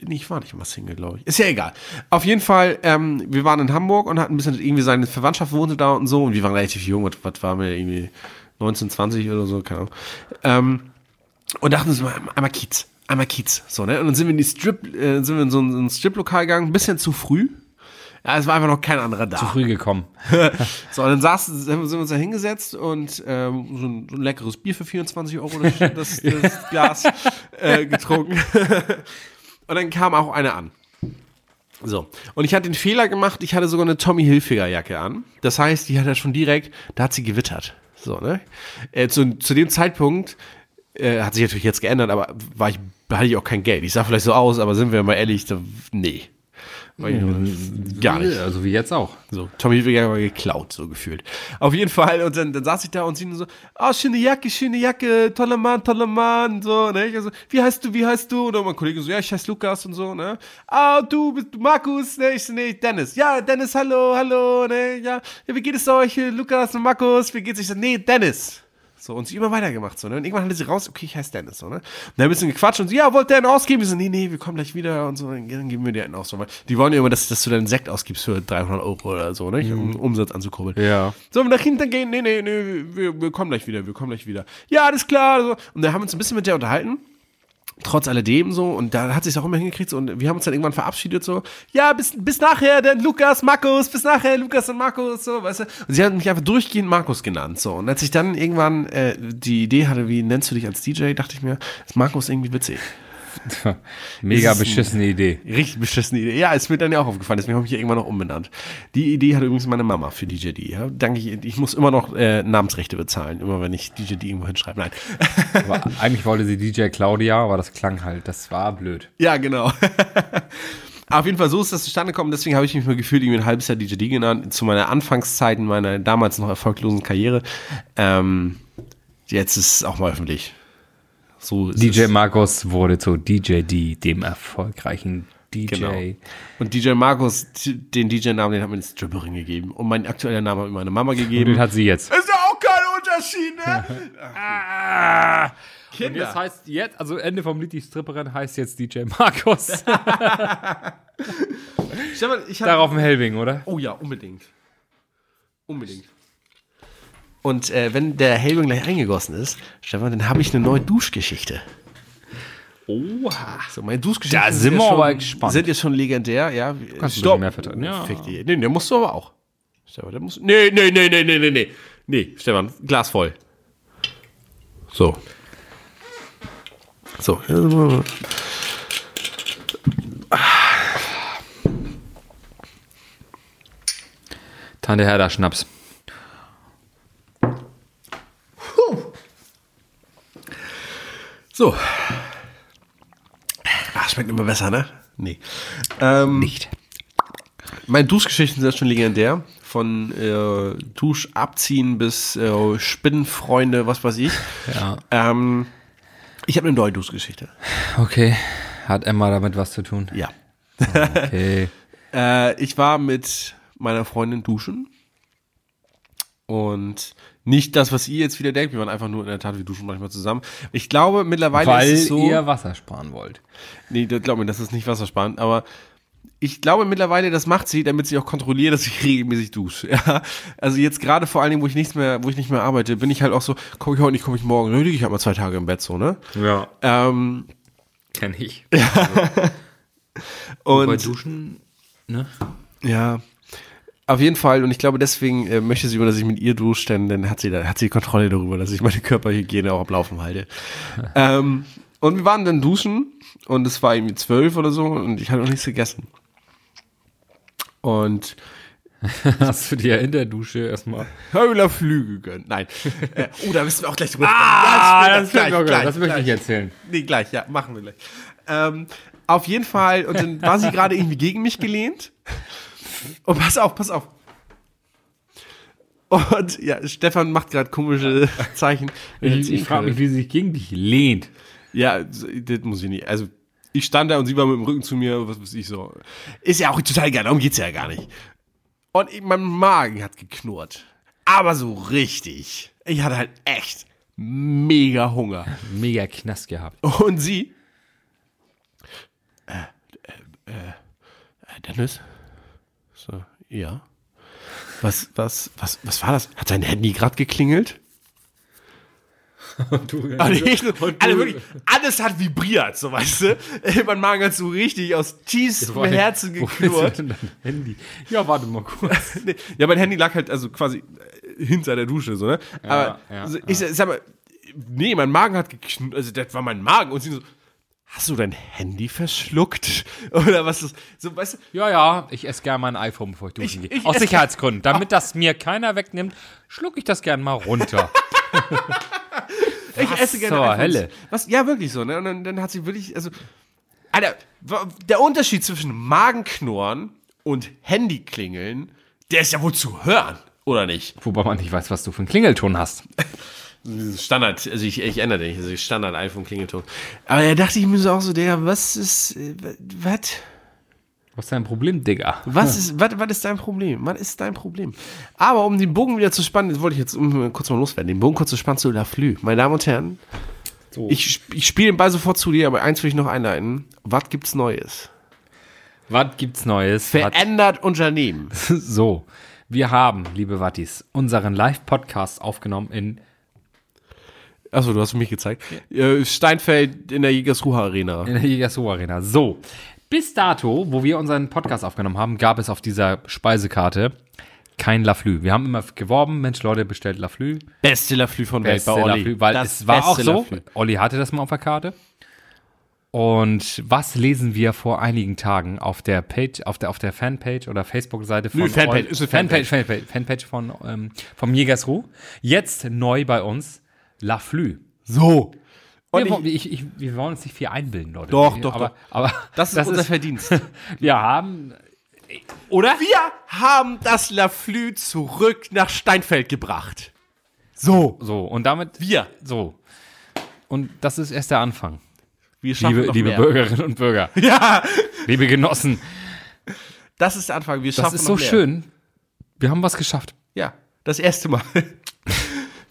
B: Nee, ich war nicht mal Single, glaube ich. Ist ja egal. Auf jeden Fall, ähm, wir waren in Hamburg und hatten ein bisschen irgendwie seine Verwandtschaft wohnte da und so. Und wir waren relativ jung. Was, was waren wir irgendwie? 19, 20 oder so, keine Ahnung. Ähm, und dachten uns mal, einmal Kiez, einmal Kiez. So, ne? Und dann sind wir in die Strip, äh, sind wir in so ein, so ein Strip-Lokal gegangen, ein bisschen zu früh. Ja, es war einfach noch kein anderer da.
C: Zu früh gekommen.
B: So, und dann saßen, sind wir uns da hingesetzt und ähm, so, ein, so ein leckeres Bier für 24 Euro, das, das, das Glas äh, getrunken. (laughs) und dann kam auch eine an. So, und ich hatte den Fehler gemacht, ich hatte sogar eine Tommy Hilfiger Jacke an. Das heißt, die hat er schon direkt, da hat sie gewittert. So, ne? Äh, zu, zu dem Zeitpunkt äh, hat sich natürlich jetzt geändert, aber war ich, hatte ich auch kein Geld. Ich sah vielleicht so aus, aber sind wir mal ehrlich, da, nee. War ich, gar nicht.
C: Also wie jetzt auch.
B: So, Tommy Hilfiger war geklaut, so gefühlt. Auf jeden Fall, und dann, dann saß ich da und sie nur so, ah, schöne Jacke, schöne Jacke, toller Mann, toller Mann, so, ne? Ich also, wie heißt du, wie heißt du? Und dann mein Kollege so, ja, ich heiße Lukas und so, ne? Ah, du bist du Markus, ne? Ich so, nee, Dennis. Ja, Dennis, hallo, hallo, ne? Ja, ja wie geht es euch, äh, Lukas und Markus? Wie geht's euch? Ich so, nee, Dennis. So, und sie immer weitergemacht, so, ne? Und irgendwann hatte sie raus, okay, ich heiße Dennis, so, ne? Und dann ein bisschen gequatscht und sie, ja, wollt ihr einen ausgeben? Ich so, nee, nee, wir kommen gleich wieder und so, dann, dann geben wir dir einen aus. So, weil Die wollen ja immer, dass, dass du deinen Sekt ausgibst für 300 Euro oder so, ne? Um Umsatz anzukurbeln.
C: Ja.
B: Sollen wir nach hinten gehen? Nee, nee, nee, wir, wir kommen gleich wieder, wir kommen gleich wieder. Ja, alles klar. So. Und dann haben wir uns ein bisschen mit der unterhalten trotz alledem so und da hat sich auch immer hingekriegt so, und wir haben uns dann irgendwann verabschiedet so ja bis bis nachher denn Lukas Markus bis nachher Lukas und Markus so weißt du und sie haben mich einfach durchgehend Markus genannt so und als ich dann irgendwann äh, die Idee hatte wie nennst du dich als DJ dachte ich mir ist Markus irgendwie witzig
C: Mega
B: Das ist ein-
C: beschissene Idee.
B: richtig beschissene Idee ja ist mir dann ja auch aufgefallen deswegen habe ich mich irgendwann noch umbenannt die Idee hatte übrigens meine Mama für DJ D ja danke ich ich muss immer noch äh, Namensrechte bezahlen immer wenn ich DJ D irgendwo hinschreibe nein
C: Aber eigentlich wollte sie DJ Claudia, aber das klang halt, das war blöd.
B: Ja, genau. (laughs) Auf jeden Fall, so ist das zustande gekommen. Deswegen habe ich mich mal gefühlt, irgendwie ein halbes Jahr DJD genannt. Zu meiner Anfangszeit in meiner damals noch erfolglosen Karriere. Ähm, jetzt ist es auch mal öffentlich. So ist
C: DJ
B: es.
C: Markus wurde zu DJ D, dem erfolgreichen DJ.
B: Genau. Und DJ Markus, den DJ-Namen, den hat mir eine Stripperin gegeben. Und mein aktueller Name hat mir meine Mama gegeben.
C: Den hat sie jetzt.
B: Ist ja auch kein Unterschied,
C: (laughs)
B: ne? ah,
C: Und jetzt
B: Kinder.
C: heißt jetzt, also Ende vom Lied, die Stripperin heißt jetzt DJ (laughs) Markus.
B: Stefan, ich hab,
C: Darauf ein Helbing, oder?
B: Oh ja, unbedingt. Unbedingt. Und äh, wenn der Helbing gleich eingegossen ist, Stefan, dann habe ich eine neue Duschgeschichte. Oha. So, meine Duschgeschichten
C: Da sind wir
B: ja schon,
C: aber gespannt.
B: sind jetzt schon legendär, ja.
C: kannst ein bisschen mehr verteilen, ja.
B: Fick die. Nee, der musst du aber auch. Stefan, der musst Nee, nee, nee, nee, nee, nee, nee. Nee, Stefan, Glas voll. So. So.
C: Tante Herder Schnaps.
B: So. Ach, schmeckt immer besser, ne? Nee. Ähm, Nicht. Meine Duschgeschichten sind schon legendär. Von äh, Dusch abziehen bis äh, Spinnenfreunde, was weiß ich.
C: Ja.
B: Ähm, ich habe eine neue Duschgeschichte.
C: Okay. Hat Emma damit was zu tun?
B: Ja.
C: Okay.
B: Äh, ich war mit meiner Freundin duschen. Und nicht das, was ihr jetzt wieder denkt. Wir waren einfach nur in der Tat, wir duschen manchmal zusammen. Ich glaube, mittlerweile
C: Weil
B: ist es so.
C: ihr Wasser sparen wollt.
B: Nee, das glaub mir, das ist nicht wassersparend, aber ich glaube mittlerweile, das macht sie, damit sie auch kontrolliert, dass ich (laughs) regelmäßig dusche. Ja? Also jetzt gerade vor allen Dingen, wo ich nichts mehr, wo ich nicht mehr arbeite, bin ich halt auch so, komme ich heute nicht, komme ich morgen. Nö, Ich habe mal zwei Tage im Bett so, ne?
C: Ja.
B: Ähm,
C: Kenn ich. Bei
B: und
C: Duschen, ne?
B: ja, auf jeden Fall. Und ich glaube, deswegen äh, möchte sie immer, dass ich mit ihr dusche, denn dann hat sie da, hat sie die Kontrolle darüber, dass ich meine Körperhygiene auch am Laufen halte. ähm, und wir waren dann duschen und es war irgendwie zwölf oder so und ich hatte noch nichts gegessen. Und
C: (laughs) Hast du dir in der Dusche erstmal.
B: Höhlerflüge gönnt. Nein. äh, (laughs) oh, da müssen wir auch gleich drüber
C: Ah,
B: sprechen. Ja,
C: das,
B: stimmt,
C: gleich,
B: gleich,
C: das möchte
B: gleich.
C: ich erzählen.
B: Nee, gleich, ja, machen wir gleich. Ähm, auf jeden Fall, und dann war sie gerade irgendwie gegen mich gelehnt. Und pass auf, pass auf. Und ja, Stefan macht gerade komische Zeichen.
C: Ich, ich frage mich, wie sie sich gegen dich lehnt.
B: Ja, so, das muss ich nicht. Also, ich stand da und sie war mit dem Rücken zu mir, was weiß ich so. Ist ja auch total geil, darum geht's ja gar nicht. Und ich, mein Magen hat geknurrt. Aber so richtig. Ich hatte halt echt mega Hunger.
C: Mega Knast gehabt. (laughs)
B: Und sie. Äh, äh, äh, Dennis? So, ja. Was, was, was, was war das? Hat sein Handy gerade geklingelt?
C: (laughs) Also, Du,
B: Und ich, alle
C: (laughs)
B: wirklich, alles hat vibriert, so weißt du. (laughs) Mein Magen hat so richtig aus tiefstem Herzen geknurrt.
C: Handy? Ja, warte mal kurz.
B: (laughs) Nee, Ja, mein Handy lag halt also quasi äh, hinter der Dusche, so, ne? Aber
C: ja,
B: also, ich sag mal, nee, mein Magen hat geknurrt, also das war mein Magen. Und sie so, hast du dein Handy verschluckt? (laughs) Oder was ist, so, weißt du,
C: Ja, ja, ich esse gern mein iPhone, bevor ich duschen gehe.
B: ich
C: Aus
B: esse-
C: Sicherheitsgründen. (laughs) Damit das mir keiner wegnimmt, schlucke ich das gern mal runter. (laughs)
B: ich esse gerne
C: zur
B: iPhones.
C: Hölle?
B: Was, ja, wirklich so, ne? Und dann, dann hat sie wirklich, also, Alter, wa- der Unterschied zwischen Magenknurren und Handyklingeln, der ist ja wohl zu hören, oder nicht?
C: Wobei man nicht weiß, was du für einen Klingelton hast.
B: Dieses Standard, also ich, ich ändere den, also Standard iPhone Klingelton. Aber da dachte ich mir so auch so, Digga, was ist, äh, was,
C: Was ist dein Problem, Digga?
B: was ist, was, was ist dein Problem? Was ist dein Problem? Aber um den Bogen wieder zu spannen, das wollte ich jetzt um, kurz mal loswerden, den Bogen kurz zu spannen zu Laflü. Meine Damen und Herren, ich, sp- ich spiele den Ball sofort zu dir, aber eins will ich noch einleiten. Was gibt's Neues?
C: Was gibt's Neues? Hat-
B: Verändert Unternehmen.
C: (laughs) So, wir haben, liebe Wattis, unseren Live-Podcast aufgenommen in
B: Achso, du hast mich gezeigt. Äh, Steinfeld in der Jägersruhe Arena.
C: In der Jägersruh Arena. So, bis dato, wo wir unseren Podcast aufgenommen haben, gab es auf dieser Speisekarte kein Laflü. Wir haben immer geworben, Mensch, Leute, bestellt Laflü.
B: Beste Laflü von
C: Beste Laflü, weil
B: Äh, Das
C: es war auch
B: beste
C: so.
B: Laflü.
C: Olli hatte das mal auf der Karte. Und was lesen wir vor einigen Tagen auf der Page, auf der, auf der Fanpage oder Facebook-Seite von
B: Nö, Fanpage,
C: Eu-
B: ist eine
C: Fanpage, Fanpage, Fanpage von ähm, vom Jägersruh. Jetzt neu bei uns Laflü.
B: So. Und
C: Wir,
B: ich,
C: wollen- ich, ich, wir wollen uns nicht viel einbilden, Leute.
B: Doch, doch,
C: aber,
B: doch.
C: aber
B: das ist unser (laughs) Verdienst.
C: wir haben. Oder?
B: Wir haben das Laflü zurück nach Steinfeld gebracht. So.
C: So, und damit.
B: Wir.
C: So. Und das ist erst der Anfang.
B: Wir schaffen
C: Liebe,
B: noch
C: liebe
B: mehr.
C: Bürgerinnen und Bürger,
B: Ja, (laughs)
C: liebe Genossen,
B: das ist der Anfang. Wir
C: das
B: schaffen
C: ist
B: noch
C: so
B: mehr.
C: schön. Wir haben was geschafft.
B: Ja, das erste
C: (laughs)
B: Mal.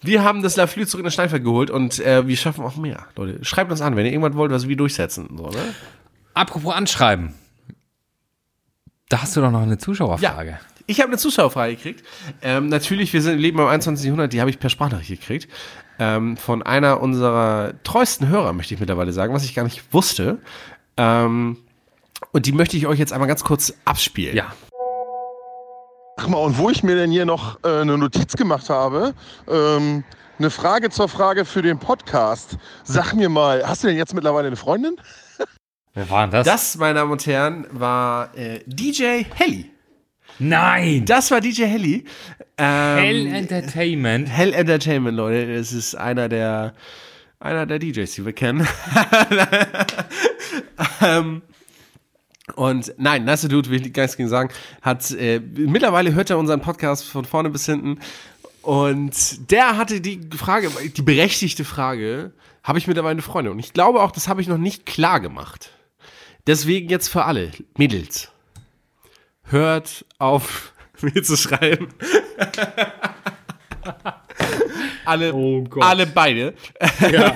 B: Wir haben das Laflü zurück in den Steinfeld geholt und äh, wir schaffen auch mehr. Leute, schreibt uns an, wenn ihr irgendwas wollt, was wir durchsetzen. So, ne?
C: Apropos anschreiben. Da hast du doch noch eine Zuschauerfrage.
B: Ich habe eine Zuschauerfrage gekriegt. Ähm, natürlich, wir sind leben im 21. Jahrhundert, die habe ich per Sprachnachricht gekriegt. Ähm, von einer unserer treuesten Hörer, möchte ich mittlerweile sagen, was ich gar nicht wusste. Ähm, und die möchte ich euch jetzt einmal ganz kurz abspielen.
C: Ja.
E: Ach mal, und wo ich mir denn hier noch äh, eine Notiz gemacht habe, ähm, eine Frage zur Frage für den Podcast. Sag mir mal, hast du denn jetzt mittlerweile eine Freundin?
C: Wer war denn das?
B: Das, meine Damen und Herren, war äh, DJ Helly.
C: Nein!
B: Das war DJ Helly.
C: Hell
B: Ähm,
C: Entertainment.
B: Hell Entertainment, Leute. Es ist einer der, einer der DJs, die wir kennen. (laughs) ähm, und nein, nice Dude, will ich ganz gegen sagen, hat, äh, mittlerweile hört er unseren Podcast von vorne bis hinten. Und der hatte die Frage, die berechtigte Frage, habe ich mittlerweile eine Freundin? Und ich glaube auch, das habe ich noch nicht klar gemacht. Deswegen jetzt für alle, Mädels, hört auf, (laughs) mir zu schreiben. (laughs) alle,
C: Oh Gott.
B: alle beide. (laughs)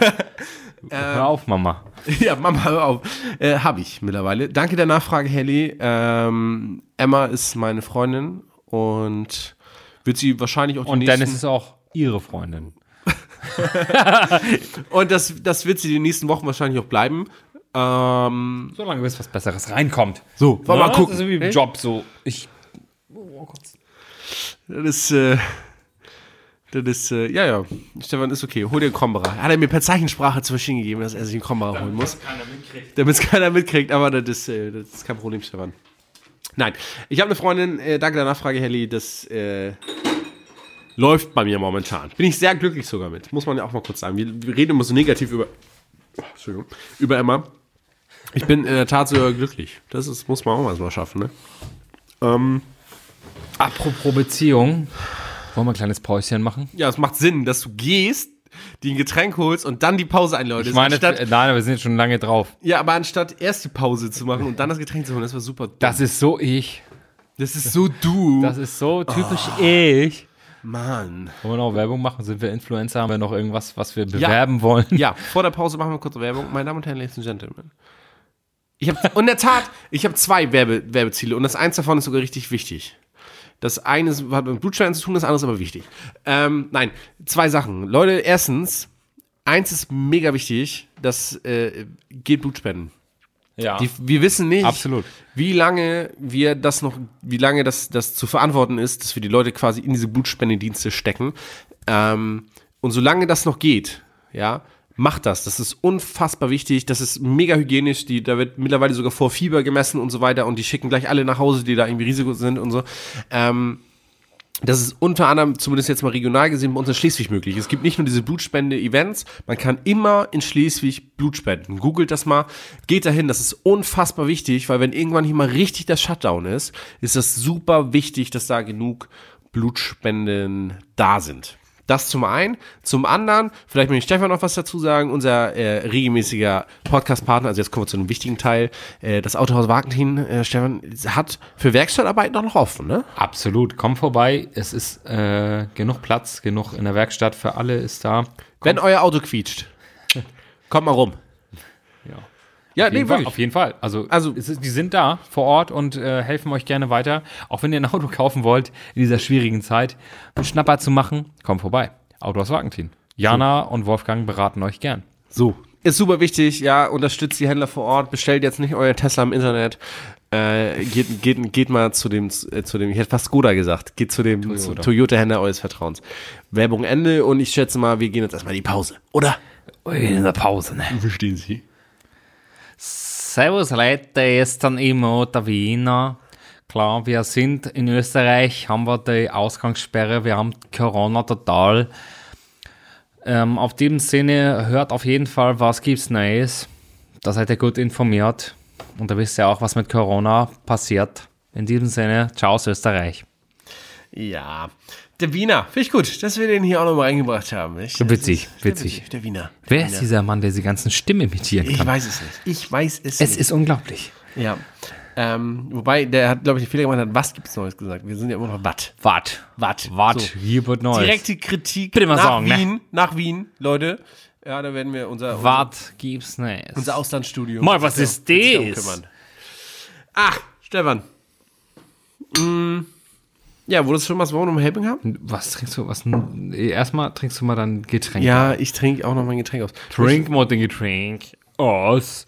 C: Hör auf, Mama.
B: Ja, Mama, hör auf. Äh, Habe ich mittlerweile. Danke der Nachfrage, Helly. Ähm, Emma ist meine Freundin und wird sie wahrscheinlich auch die
C: Und dann
B: nächsten...
C: ist es auch ihre Freundin.
B: und das, das wird sie die nächsten Wochen wahrscheinlich auch bleiben. Ähm,
C: Solange bis was Besseres reinkommt.
B: so, wollen wir
C: Na,
B: mal gucken.
C: Das ist wie im
B: Hey?
C: Job so. Ich,
B: Das ist, äh, das ist, äh, ja, ja. Stefan ist okay. Hol dir einen Kombera. Hat er mir per Zeichensprache zu verstehen gegeben, dass er sich einen Kombera holen muss. Damit es keiner mitkriegt. Aber das ist, äh, das ist kein Problem, Stefan. Nein, ich habe eine Freundin. Äh, danke der Nachfrage, Helly. Das äh, läuft bei mir momentan. Bin ich sehr glücklich sogar mit. Muss man ja auch mal kurz sagen. Wir, wir reden immer so negativ über, oh, Entschuldigung, über Emma. Ich bin in der Tat sogar glücklich. Das ist, muss man auch mal so schaffen, ne? Ähm,
C: apropos Beziehung. Wollen wir ein kleines Päuschen machen?
B: Ja, es macht Sinn, dass du gehst, dir ein Getränk holst und dann die Pause einläutest.
C: Ich meine,
B: anstatt,
C: äh, nein, aber wir sind jetzt schon lange drauf.
B: ja, aber anstatt erst die Pause zu machen und dann das Getränk zu holen, das war super.
C: Das ist so ich.
B: das ist so du.
C: Das ist so typisch ich.
B: Mann.
C: Wollen wir noch Werbung machen? Sind wir Influencer? Haben wir noch irgendwas, was wir bewerben wollen?
B: Ja, vor der Pause machen wir kurz Werbung. Meine Damen und Herren, Ladies and Gentlemen. Ich hab, und in der Tat, ich habe zwei Werbe, Werbeziele und das eins davon ist sogar richtig wichtig. Das eine ist- hat mit Blutschein zu tun, das andere ist aber wichtig. Ähm, nein, zwei Sachen. Leute, erstens, eins ist mega wichtig, das äh, geht Blutspenden.
C: Ja.
B: Die, wir wissen nicht,
C: Absolut.
B: wie lange wir das noch, wie lange das, das zu verantworten ist, dass wir die Leute quasi in diese Blutspendedienste stecken. Ähm, und solange das noch geht, ja, macht das. Das ist unfassbar wichtig. Das ist mega hygienisch. Die, da wird mittlerweile sogar vor Fieber gemessen und so weiter. Und die schicken gleich alle nach Hause, die da irgendwie Risiko sind und so. Ähm, das ist unter anderem, zumindest jetzt mal regional gesehen, bei uns in Schleswig möglich. Es gibt nicht nur diese Blutspende-Events, man kann immer in Schleswig Blut spenden. Googelt das mal, geht dahin, das ist unfassbar wichtig, weil wenn irgendwann hier mal richtig der Shutdown ist, ist das super wichtig, dass da genug Blutspenden da sind. Das zum einen. Zum anderen, vielleicht möchte Stefan noch was dazu sagen, unser äh, regelmäßiger Podcast-Partner, also jetzt kommen wir zu einem wichtigen Teil, äh, das Autohaus Wagentin, äh, Stefan, hat für Werkstattarbeiten auch noch offen, ne?
C: Absolut, komm vorbei. Es ist äh, genug Platz, genug in der Werkstatt für alle ist da.
B: Wenn euer Auto quietscht, (laughs) kommt mal rum.
C: Ja.
B: Ja,
C: Jeden
B: nee,
C: Fall,
B: wirklich.
C: auf jeden Fall. Also,
B: Also-
C: es ist, die sind da vor Ort und äh, helfen euch gerne weiter. Auch wenn ihr ein Auto (laughs) kaufen wollt in dieser schwierigen Zeit, einen Schnapper zu machen, kommt vorbei. Autohaus Wagentin. Jana und Wolfgang beraten euch gern.
B: So. Ist super wichtig, ja, unterstützt die Händler vor Ort, bestellt jetzt nicht euer Tesla im Internet. Äh, geht, geht, geht mal zu dem, äh, zu dem, ich hätte fast Skoda gesagt, geht zu dem zu Toyota-Händler eures Vertrauens. Werbung Ende und ich schätze mal, wir gehen jetzt erstmal in die Pause, oder?
C: In der Pause, ne?
B: Verstehen Sie?
C: Servus Leute, ist dann immer der Wiener. Klar, wir sind in Österreich, haben wir die Ausgangssperre, wir haben Corona total. Ähm, auf dem Sinne hört auf jeden Fall, was gibt's Neues. Da seid ihr gut informiert und da wisst ihr auch, was mit Corona passiert. In diesem Sinne, ciao aus Österreich.
B: Ja. Der Wiener. Finde ich gut, dass wir den hier auch nochmal reingebracht haben. Ich, das
C: Witzig,
B: ist-
C: witzig.
B: Der Wiener.
C: Wer ist dieser Mann, der diese ganzen Stimmen imitieren
B: Ich
C: kann?
B: weiß es nicht. Ich weiß es,
C: Es
B: nicht.
C: ist unglaublich.
B: Ja. Ähm, wobei, der hat, glaube ich, den Fehler gemacht, hat, was gibt's Neues gesagt? Wir sind ja immer noch Watt.
C: Wart.
B: Watt.
C: Wart.
B: So.
C: Hier wird Neues.
B: Direkte Kritik
C: Bitte mal
B: nach
C: sagen, ne?
B: Wien. Nach Wien, Leute. Ja, da werden wir unser, unser,
C: Wart gibt's nicht.
B: unser Auslandsstudio.
C: Mal, was
B: sich
C: ist
B: darum- wird sich
C: das?
B: darum kümmern. Ach, Stefan. Mm, Ja, wurdest du schon mal was um Helping haben?
C: Was trinkst du? Was? n- eh, Erstmal trinkst du mal dein Getränk.
B: Ja, ich trinke auch noch mein Getränk aus.
C: Trink mal dein Getränk aus.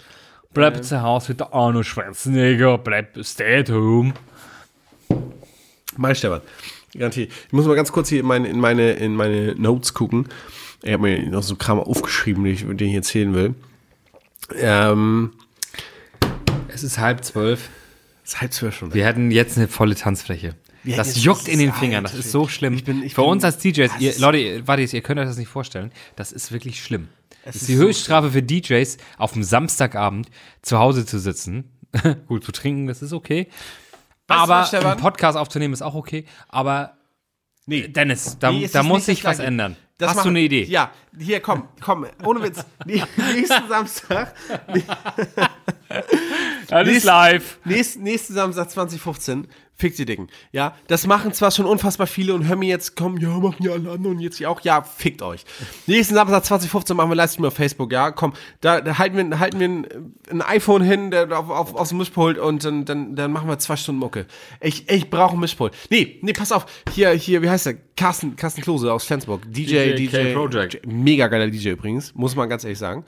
C: Bleib zu Hause mit der Arno Schwarzenegger. Bleib stay at home.
B: Mal, Stefan. Garantie. Ich muss mal ganz kurz hier in meine, in meine, in meine Notes gucken. Ich habe mir noch so Kram aufgeschrieben, den ich den ich erzählen will. Ähm,
C: Es ist halb zwölf.
B: es ist halb zwölf schon.
C: Wir hätten jetzt eine volle Tanzfläche.
B: jetzt
C: Das
B: ist
C: juckt in den
B: es
C: Fingern, das
B: alt.
C: ist so schlimm.
B: Ich bin- ich
C: Für
B: bin-
C: uns als DJs,
B: Das
C: ihr,
B: ist-
C: Leute, ihr- warte, jetzt, ihr könnt euch das nicht vorstellen, das ist wirklich schlimm. Das
B: ist
C: ist die
B: so
C: Höchststrafe für DJs, auf dem Samstagabend zu Hause zu sitzen. (laughs) Gut, zu trinken, das ist okay.
B: was,
C: Aber
B: Stefan?
C: einen Podcast aufzunehmen ist auch okay. Aber
B: Nee.
C: Dennis, da,
B: Nee, es
C: da
B: ist
C: muss
B: nicht das
C: sich was
B: Gleiche.
C: ändern.
B: Das
C: Hast
B: machen-
C: du eine Idee?
B: Ja, hier, komm, komm, ohne Witz. Nee, Nächsten Samstag,
C: (laughs) Alles live.
B: nächsten, nächsten Samstag 2015, fick die Dicken. Ja, das machen zwar schon unfassbar viele und hör mir jetzt, komm, ja, machen ja alle anderen jetzt hier auch. Ja, fickt euch. Nächsten Samstag 2015 machen wir Livestream auf Facebook, ja, komm, da, da halten wir, halten wir ein, ein iPhone hin, der auf, auf, aus dem Mischpult und dann, dann, dann machen wir zwei Stunden Mucke. Ich, ich brauche ein Mischpult. Nee, nee, pass auf, hier, hier, wie heißt der? Carsten, Carsten Klose aus Flensburg, DJ,
C: DJ
B: DJ,
C: K Project.
B: mega geiler DJ übrigens, muss man ganz ehrlich sagen.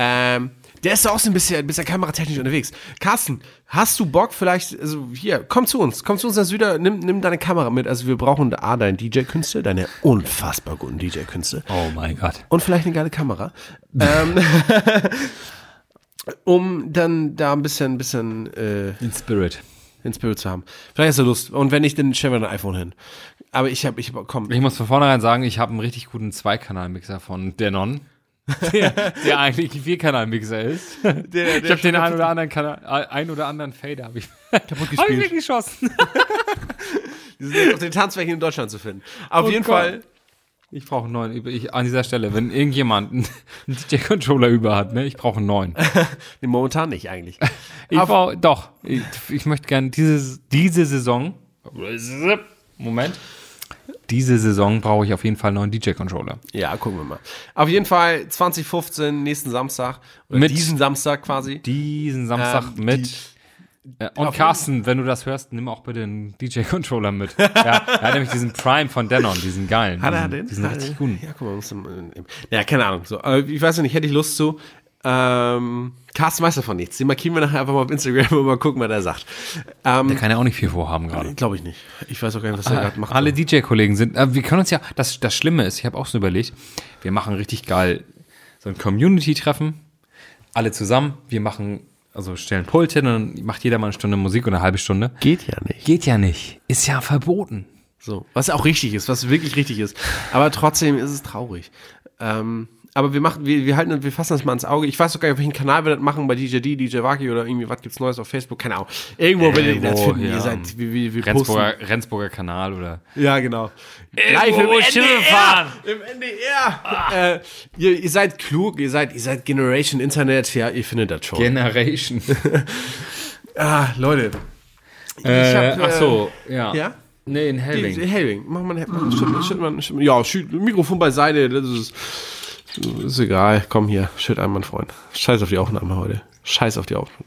B: Ähm, der ist doch auch so ein bisschen, ein bisschen kameratechnisch unterwegs. Carsten, hast du Bock vielleicht, also hier, komm zu uns, komm zu uns nach Süder, nimm, nimm deine Kamera mit. Also wir brauchen A, deine DJ-Künste, deine unfassbar guten DJ-Künste
C: Oh mein Gott.
B: und vielleicht eine geile Kamera. ähm, (laughs) um dann da ein bisschen, ein bisschen äh,
C: In Spirit.
B: den Spirit zu haben. Vielleicht hast du Lust. Und wenn nicht, dann stellen wir dein iPhone hin. Aber ich habe, ich hab, komm,
C: Ich muss von vornherein sagen, ich habe einen richtig guten Zweikanal-Mixer von (laughs) Denon. Der, der eigentlich ein Vierkanal-Mixer ist. ich habe den einen oder anderen Kanal, ein oder anderen Fader habe ich (laughs) kaputt
B: gespielt.
C: geschossen.
B: die sind jetzt auf den Tanzflächen in Deutschland zu finden. Auf
C: Oh
B: jeden
C: Gott.
B: Fall.
C: Ich brauche einen neuen. Ich, an dieser Stelle, wenn irgendjemand einen (laughs) DJ-Controller über hat, ne, ich brauche einen neuen.
B: Nee, momentan nicht eigentlich.
C: Ich brauche, doch, ich, ich möchte gerne diese, diese Saison, Moment, diese Saison brauche ich auf jeden Fall einen neuen DJ-Controller.
B: ja, gucken wir mal. Auf jeden Fall 2015, nächsten Samstag. Oder
C: Mit-
B: diesen Samstag quasi.
C: Diesen Samstag
B: Ähm,
C: mit. Äh, und Carsten, wenn du das hörst, nimm auch bitte einen DJ-Controller
B: (laughs)
C: mit. ja, er hat nämlich diesen Prime von Denon, diesen geilen.
B: Hat er
C: diesen,
B: den?
C: Diesen
B: Hat er
C: richtig
B: den?
C: guten.
B: Ja, guck mal, muss, äh, ja, keine Ahnung. So, aber ich weiß ja nicht, hätte ich Lust zu. Ähm, Carsten weiß davon nichts. Den markieren wir nachher einfach mal auf Instagram und mal gucken, was er sagt.
C: Der
B: Ähm,
C: kann ja auch nicht viel vorhaben gerade.
B: Glaube ich nicht. Ich weiß auch gar nicht, was er gerade macht.
C: Alle DJ-Kollegen sind, äh, wir können uns ja, das, das Schlimme ist, ich habe auch so überlegt, wir machen richtig geil so ein Community-Treffen, alle zusammen, wir machen, also stellen Pult hin und dann macht jeder mal eine Stunde Musik oder eine halbe Stunde.
B: geht ja nicht.
C: Geht ja nicht, ist ja verboten.
B: So, was auch richtig ist, was wirklich richtig ist. Aber trotzdem ist es traurig. Ähm, aber wir machen, wir, wir halten, wir fassen das mal ins Auge. Ich weiß doch gar nicht, auf welchen Kanal wir das machen, bei DJ D, DJ Waki oder irgendwie, was gibt's Neues auf Facebook, keine Ahnung. Irgendwo werdet ihr das
C: Irgendwo,
B: finden,
C: ja.
B: ihr seid, wir, wir, wir posten.
C: Rendsburger, Rendsburger Kanal oder
B: Ja, genau. Live im NDR! Im NDR! Äh, ihr, ihr seid klug, ihr seid, ihr seid Generation Internet, ja, ihr findet das schon.
C: (laughs) Generation.
B: ah, Leute.
C: Äh,
B: hab,
C: ach so, ja.
B: Ja?
C: Nee, in Helbing.
B: Helving. Mach mal einen schütt, schütt mal, schütt, Ja, schütt, Mikrofon beiseite. Das ist, ist egal. Komm hier, schütt einmal, mein Freund. Scheiß auf die Aufnahme heute. Scheiß auf die Aufnahme.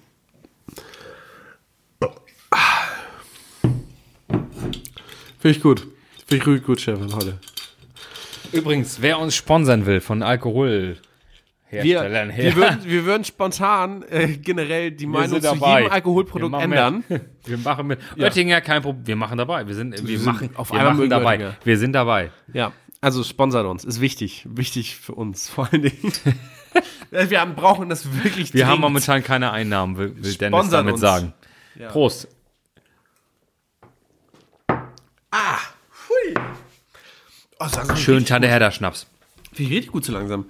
B: Finde ich gut. Finde ich ruhig gut, Stefan, heute.
C: Übrigens, wer uns sponsern will von Alkoholherstellern
B: Wir,
C: her.
B: wir, würden, wir würden spontan äh, generell die
C: Wir
B: Meinung
C: sind
B: zu
C: dabei.
B: jedem
C: Wir
B: Alkoholprodukt
C: machen
B: ändern.
C: Mit, (laughs) wir machen mit Oettinger kein Problem. Wir machen dabei. Wir sind, wir
B: sind
C: machen,
B: auf
C: wir
B: einmal
C: machen
B: mögen
C: dabei.
B: Oettinger.
C: Wir sind dabei.
B: Ja, also sponsert uns. Ist wichtig. Wichtig für uns vor allen
C: (laughs)
B: Dingen. wir haben, brauchen das wirklich
C: Wir haben
B: dringend.
C: momentan keine Einnahmen, will, will Dennis
B: Sponsern
C: damit
B: uns.
C: sagen. Prost.
B: Oh, das ist
C: Schön Tante Herder Schnaps.
B: Finde ich richtig gut so langsam.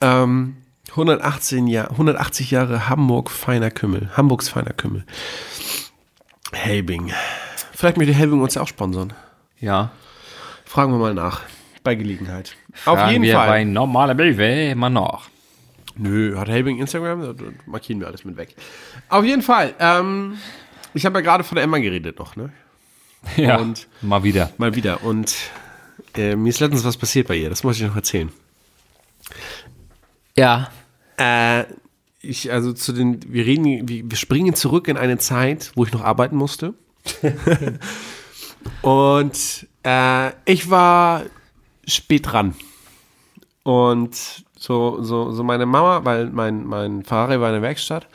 B: Ähm, 118 Jahr, 180 Jahre Hamburg feiner Kümmel. Hamburgs feiner Kümmel. Helbing. Vielleicht möchte Helbing uns ja auch sponsern.
C: Ja.
B: Fragen wir mal nach. Bei Gelegenheit. Auf
C: Fragen
B: jeden
C: wir
B: Fall.
C: bei normaler Bilwe immer noch.
B: Nö, hat Helbing Instagram? Da da markieren wir alles mit weg. Auf jeden Fall. Ähm, ich habe ja gerade von der Emma geredet noch, ne?
C: Ja.
B: Und-
C: mal wieder.
B: Mal wieder. Und äh, mir ist letztens was passiert bei ihr. Das muss ich noch erzählen.
C: Ja.
B: Äh, ich, also zu den, wir reden, wir wir springen zurück in eine Zeit, wo ich noch arbeiten
C: (laughs)
B: musste. und äh, ich war spät dran. Und so, so, so meine Mama, weil mein, mein Ferrari war in der Werkstatt.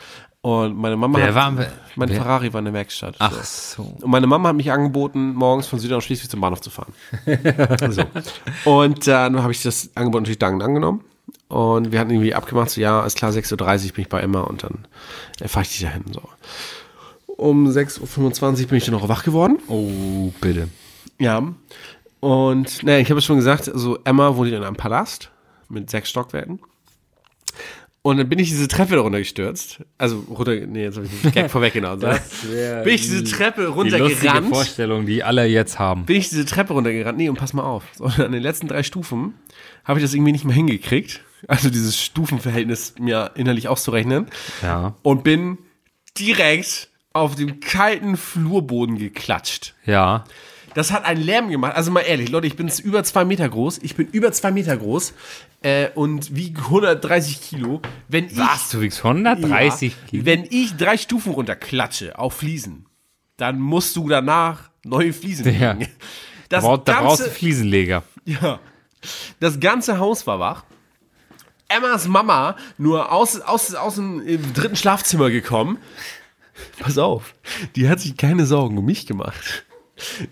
B: Und meine Mama.
C: Wer
B: hat-
C: war- wer-
B: mein
C: wer-
B: Ferrari war in der Werkstatt.
C: Ach so.
B: Und meine Mama hat mich angeboten, morgens von Süden aus Schleswig zum Bahnhof zu
C: (laughs)
B: fahren. so. Und dann habe ich das Angebot natürlich dankend angenommen. Und wir hatten irgendwie abgemacht, so ja, ist klar, 6.30 Uhr bin ich bei Emma und dann äh, fahre ich dich dahin. So. Um 6.25 Uhr bin ich dann noch wach geworden.
C: Oh, bitte.
B: Ja. Und naja, ich habe es schon gesagt, also Emma wohnt in einem Palast mit sechs Stockwerken. Und dann bin ich diese Treppe runtergestürzt. Also runter, nee, jetzt habe ich den
C: (laughs)
B: Gag vorweggenommen. oder? bin ich diese Treppe
C: Die lustige
B: runtergerannt.
C: Vorstellung, die alle jetzt haben.
B: bin ich diese Treppe runtergerannt. Nee, und pass mal auf. So, und an den letzten drei Stufen habe ich das irgendwie nicht mehr hingekriegt. Also dieses Stufenverhältnis mir innerlich auszurechnen.
C: Ja.
B: Und bin direkt auf dem kalten Flurboden geklatscht.
C: Ja.
B: Das hat einen Lärm gemacht. Also mal ehrlich, Leute, ich bin jetzt über zwei Meter groß. Ich bin über zwei Meter groß äh, und wiege 130 Kilo. Wenn ich,
C: Was? Du wiegst 130
B: ja,
C: Kilo?
B: Wenn ich drei Stufen runterklatsche auf Fliesen, dann musst du danach neue Fliesen
C: Ja.
B: legen. Das
C: Brau- Da brauchst du
B: ganze,
C: Fliesenleger.
B: ja, das ganze Haus war wach. Emmas Mama nur aus, aus, aus dem äh, dritten Schlafzimmer gekommen. Pass auf, die hat sich keine Sorgen um mich gemacht.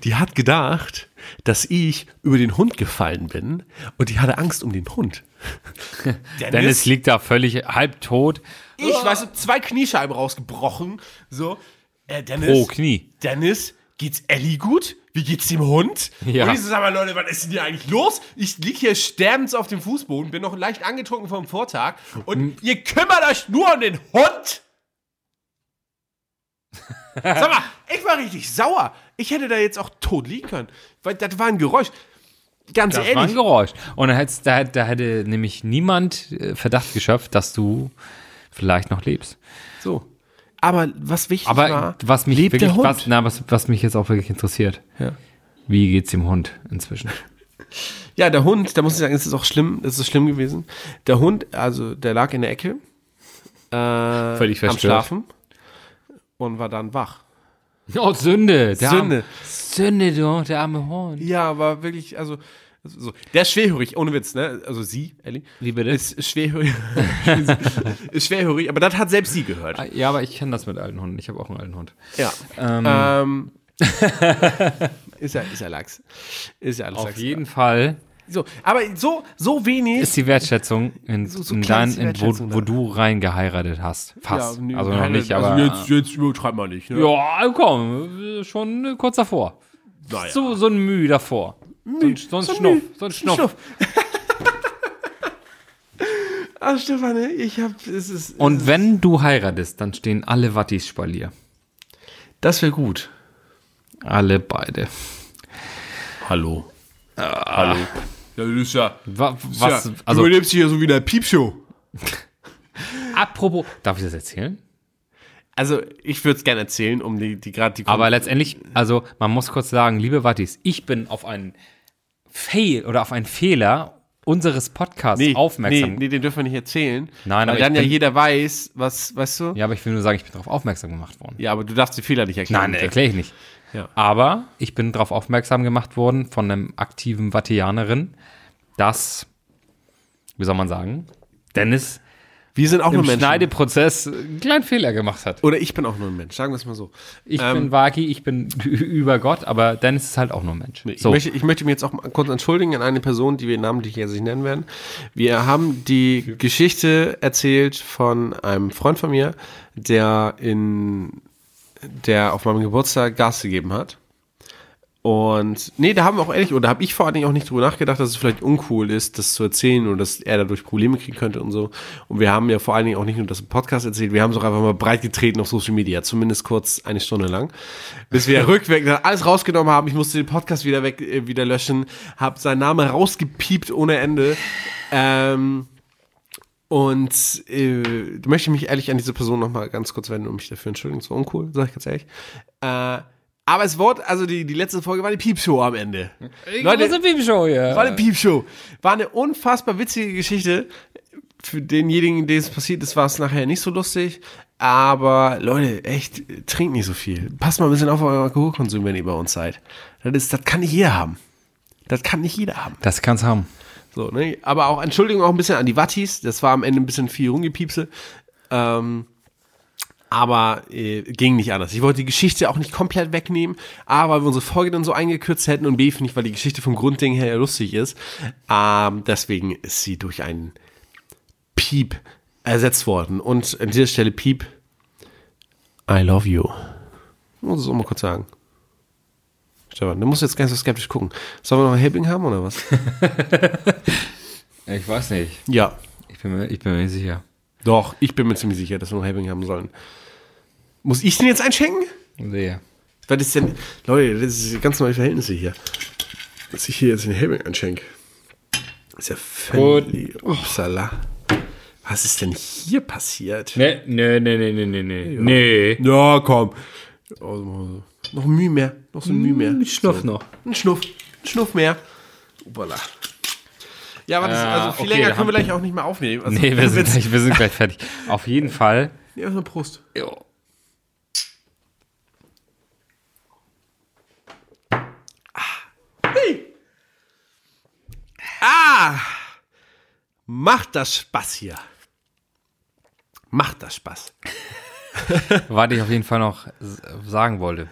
B: Die hat gedacht, dass ich über den Hund gefallen bin und die hatte Angst um den
C: (laughs)
B: Hund.
C: Dennis liegt da völlig halbtot
B: ich, weißt du, zwei Kniescheiben rausgebrochen. So, äh, Dennis.
C: pro oh, Knie.
B: Dennis, geht's Ellie gut? Wie geht's dem Hund?
C: Ja.
B: Und ich so, sag mal, Leute, was ist denn hier eigentlich los? Ich lieg hier sterbend auf dem Fußboden, bin noch leicht angetrunken vom Vortag und ihr kümmert euch nur um den Hund? Sag mal, ich war richtig sauer. Ich hätte da jetzt auch tot liegen können, weil das war ein Geräusch. Ganz
C: Das war ein
B: ehrlich.
C: Geräusch. Und da, hätt's- da, da hätte nämlich niemand äh, Verdacht geschöpft, dass du vielleicht noch lebst.
B: So. Aber was wichtig
C: Aber
B: war,
C: was mich
B: lebt
C: wirklich,
B: der Hund.
C: Was, na, was, was mich jetzt auch wirklich interessiert,
B: Ja.
C: wie geht's dem Hund inzwischen?
B: Ja, der Hund, da muss ich sagen, ist es auch schlimm, ist es schlimm gewesen. Der Hund, also der lag in der Ecke. Äh,
C: Völlig
B: am
C: verstört.
B: Schlafen und war dann wach.
C: (laughs) Oh, Sünde. Der
B: Sünde.
C: Arme, Sünde, du, der arme Hund.
B: Ja, aber wirklich, also so. der ist schwerhörig, ohne Witz, ne? Also sie, Ellie,
C: Wie bitte?
B: ist schwerhörig, (laughs) ist schwerhörig, aber das hat selbst sie gehört.
C: Ja, aber ich kenne das mit alten Hunden. Ich habe auch einen alten Hund.
B: Ja. Ähm. (laughs) ist ja, ist ja Lachs. Ist ja alles
C: Ähm. Auf
B: Lachs.
C: jeden Fall
B: So, aber so, so wenig.
C: ist die Wertschätzung, in,
B: So- so
C: in
B: klein
C: dein,
B: ist die
C: in, wo,
B: Wertschätzung
C: wo
B: da.
C: du reingeheiratet hast. Fast.
B: nee,
C: also noch
B: keine-
C: nicht, aber.
B: jetzt, jetzt übertreibt man nicht, ne?
C: ja, komm, schon kurz davor.
B: Naja.
C: So, so ein Müh davor. So ein, so ein Schnuff. So ein Schnuff.
B: Ah, Stefan, ey, ich hab, es ist.
C: Und wenn du heiratest, dann stehen alle Wattis Spalier.
B: Das wäre gut.
C: Alle beide. Ah.
B: Hallo. Hallo. Ja, du bist ja,
C: Wa- Was,
B: ja,
C: also,
B: du lebst hier so wie in der Piepshow.
C: apropos, darf ich das erzählen?
B: Also, ich würde es gerne erzählen, um die, die gerade die.
C: Aber letztendlich, also man muss kurz sagen, liebe Wattis, ich bin auf einen Fail oder auf einen Fehler unseres Podcasts
B: nee,
C: aufmerksam.
B: Nee, nee, den dürfen wir nicht erzählen.
C: Nein,
B: weil
C: aber ich
B: dann ja
C: bin-
B: jeder weiß, was, weißt du?
C: Ja, aber ich will nur sagen, ich bin darauf aufmerksam gemacht worden.
B: Ja, aber du darfst die Fehler nicht erklären.
C: Nein, erkläre ich nicht.
B: Ja.
C: Aber ich bin darauf aufmerksam gemacht worden von einem aktiven Vatianerin, dass, wie soll man sagen, Dennis
B: Wir sind auch nur
C: im
B: Menschen.
C: Schneideprozess einen kleinen Fehler gemacht hat.
B: Oder ich bin auch nur ein Mensch, sagen wir es mal so.
C: Ich
B: Ähm.
C: bin Waki, ich bin (laughs) über Gott, aber Dennis ist halt auch nur ein Mensch.
B: Ich, möchte, ich möchte mich jetzt auch mal kurz entschuldigen an eine Person, die wir namentlich jetzt nicht nennen werden. Wir haben die Geschichte erzählt von einem Freund von mir, der in der auf meinem Geburtstag Gas gegeben hat. Und nee, da haben wir auch ehrlich, oder habe ich vor allen Dingen auch nicht drüber nachgedacht, dass es vielleicht uncool ist, das zu erzählen und dass er dadurch Probleme kriegen könnte und so. Und wir haben ja vor allen Dingen auch nicht nur das im Podcast erzählt, wir haben es auch einfach mal breit getreten auf Social Media, zumindest kurz eine Stunde lang. Bis wir rückweg dann alles rausgenommen haben. Ich musste den Podcast wieder weg, äh, wieder löschen, habe seinen Namen rausgepiept ohne Ende. Ähm, und äh, da möchte ich mich ehrlich an diese Person nochmal ganz kurz wenden und mich dafür entschuldigen. Es war uncool, sag ich ganz ehrlich. Äh, aber das Wort, also die, die letzte Folge war die Piepshow am Ende. Leute,
D: eine Piepshow hier.
B: war eine Piepshow. War eine unfassbar witzige Geschichte. Für denjenigen, dem es passiert ist, war es nachher nicht so lustig. Aber Leute, echt, äh, trinkt nicht so viel. Passt mal ein bisschen auf euren Alkoholkonsum, wenn ihr bei uns seid. Das, ist, das kann nicht jeder haben. Das kann nicht jeder haben.
C: Das kann's haben.
B: So, ne? Aber auch Entschuldigung auch ein bisschen an die Wattis. Das war am Ende ein bisschen viel rumgepiepse. Ähm, aber äh, ging nicht anders. Ich wollte die Geschichte auch nicht komplett wegnehmen, A, weil wir unsere Folge dann so eingekürzt hätten und B, finde ich, weil die Geschichte vom Grundding her ja lustig ist. Ähm, deswegen ist sie durch einen Piep ersetzt worden. Und an dieser Stelle Piep, I love you. Muss es auch mal kurz sagen. Stefan, du musst jetzt ganz so skeptisch gucken. Sollen wir noch ein Helping haben oder was?
C: Ich weiß nicht.
B: ja.
C: Ich bin mir, ich bin mir nicht sicher.
B: Doch, ich bin mir ziemlich sicher, dass wir noch Helping haben sollen. Muss ich den jetzt einschenken?
C: Nee.
B: Was ist denn. Leute, das ist ganz neue Verhältnisse hier. Dass ich hier jetzt den Helming einschenke. Ist ja völlig. Upsala. Was ist denn hier passiert?
C: Nee, nee, nee, nee, nee, nee. Nee.
B: Ja, komm. Also, Noch ein Mühe mehr. Noch so ein Mühe mehr.
C: Mit Hm, Schnuff noch.
B: Ein Schnuff. Ein Schnuff mehr. Upala. Ja, aber das,
C: Äh,
B: also viel
C: okay,
B: länger
C: wir
B: können wir
C: haben-
B: gleich auch nicht mehr aufnehmen. Also,
C: Nee,
B: (laughs)
C: wir sind, gleich, wir sind gleich fertig. Auf jeden Fall.
B: Nee, Erstmal Prost. Macht das Spaß hier. Macht das Spaß.
C: Was ich auf jeden Fall noch s- sagen wollte.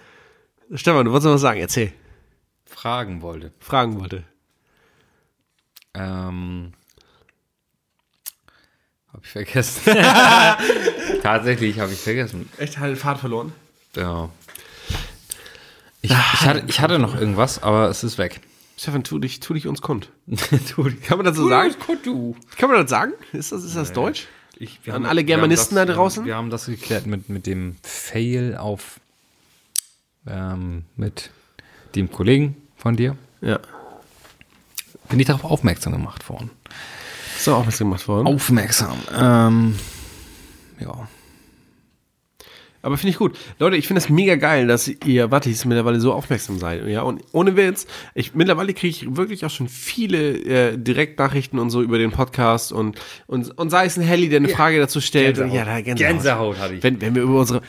B: Stefan, du wolltest noch was sagen. Erzähl.
C: Fragen wollte.
B: Fragen wollte.
C: Ähm, hab ich vergessen. Tatsächlich habe ich vergessen.
B: Echt halt Fahrt verloren.
C: Ja. Ich, ich, hatte, ich hatte noch irgendwas, aber es ist weg.
B: Stefan, tu dich, tu dich uns (laughs) kund.
C: du,
B: Kann man das so sagen?
C: du.
B: Kann man das sagen? Ist das, ist das Deutsch?
C: Ich,
B: An alle Germanisten
C: wir haben
B: da
C: das,
B: draußen?
C: Wir haben das geklärt mit, mit dem Fail auf ähm, mit dem Kollegen von dir.
B: Ja.
C: Bin ich darauf aufmerksam gemacht worden.
B: Ist doch auch was gemacht worden.
C: Aufmerksam. Ähm, ja.
B: Aber finde ich gut. Leute, ich finde das mega geil, dass ihr Wattis mittlerweile so aufmerksam seid. Ja, und ohne Witz, ich, mittlerweile kriege ich wirklich auch schon viele äh, Direktnachrichten und so über den Podcast und, und, und sei es ein Helly, der eine Frage dazu stellt. Und, ja, da Gänsehaut.
C: Gänsehaut hatte ich.
B: Wenn, wenn wir über unsere.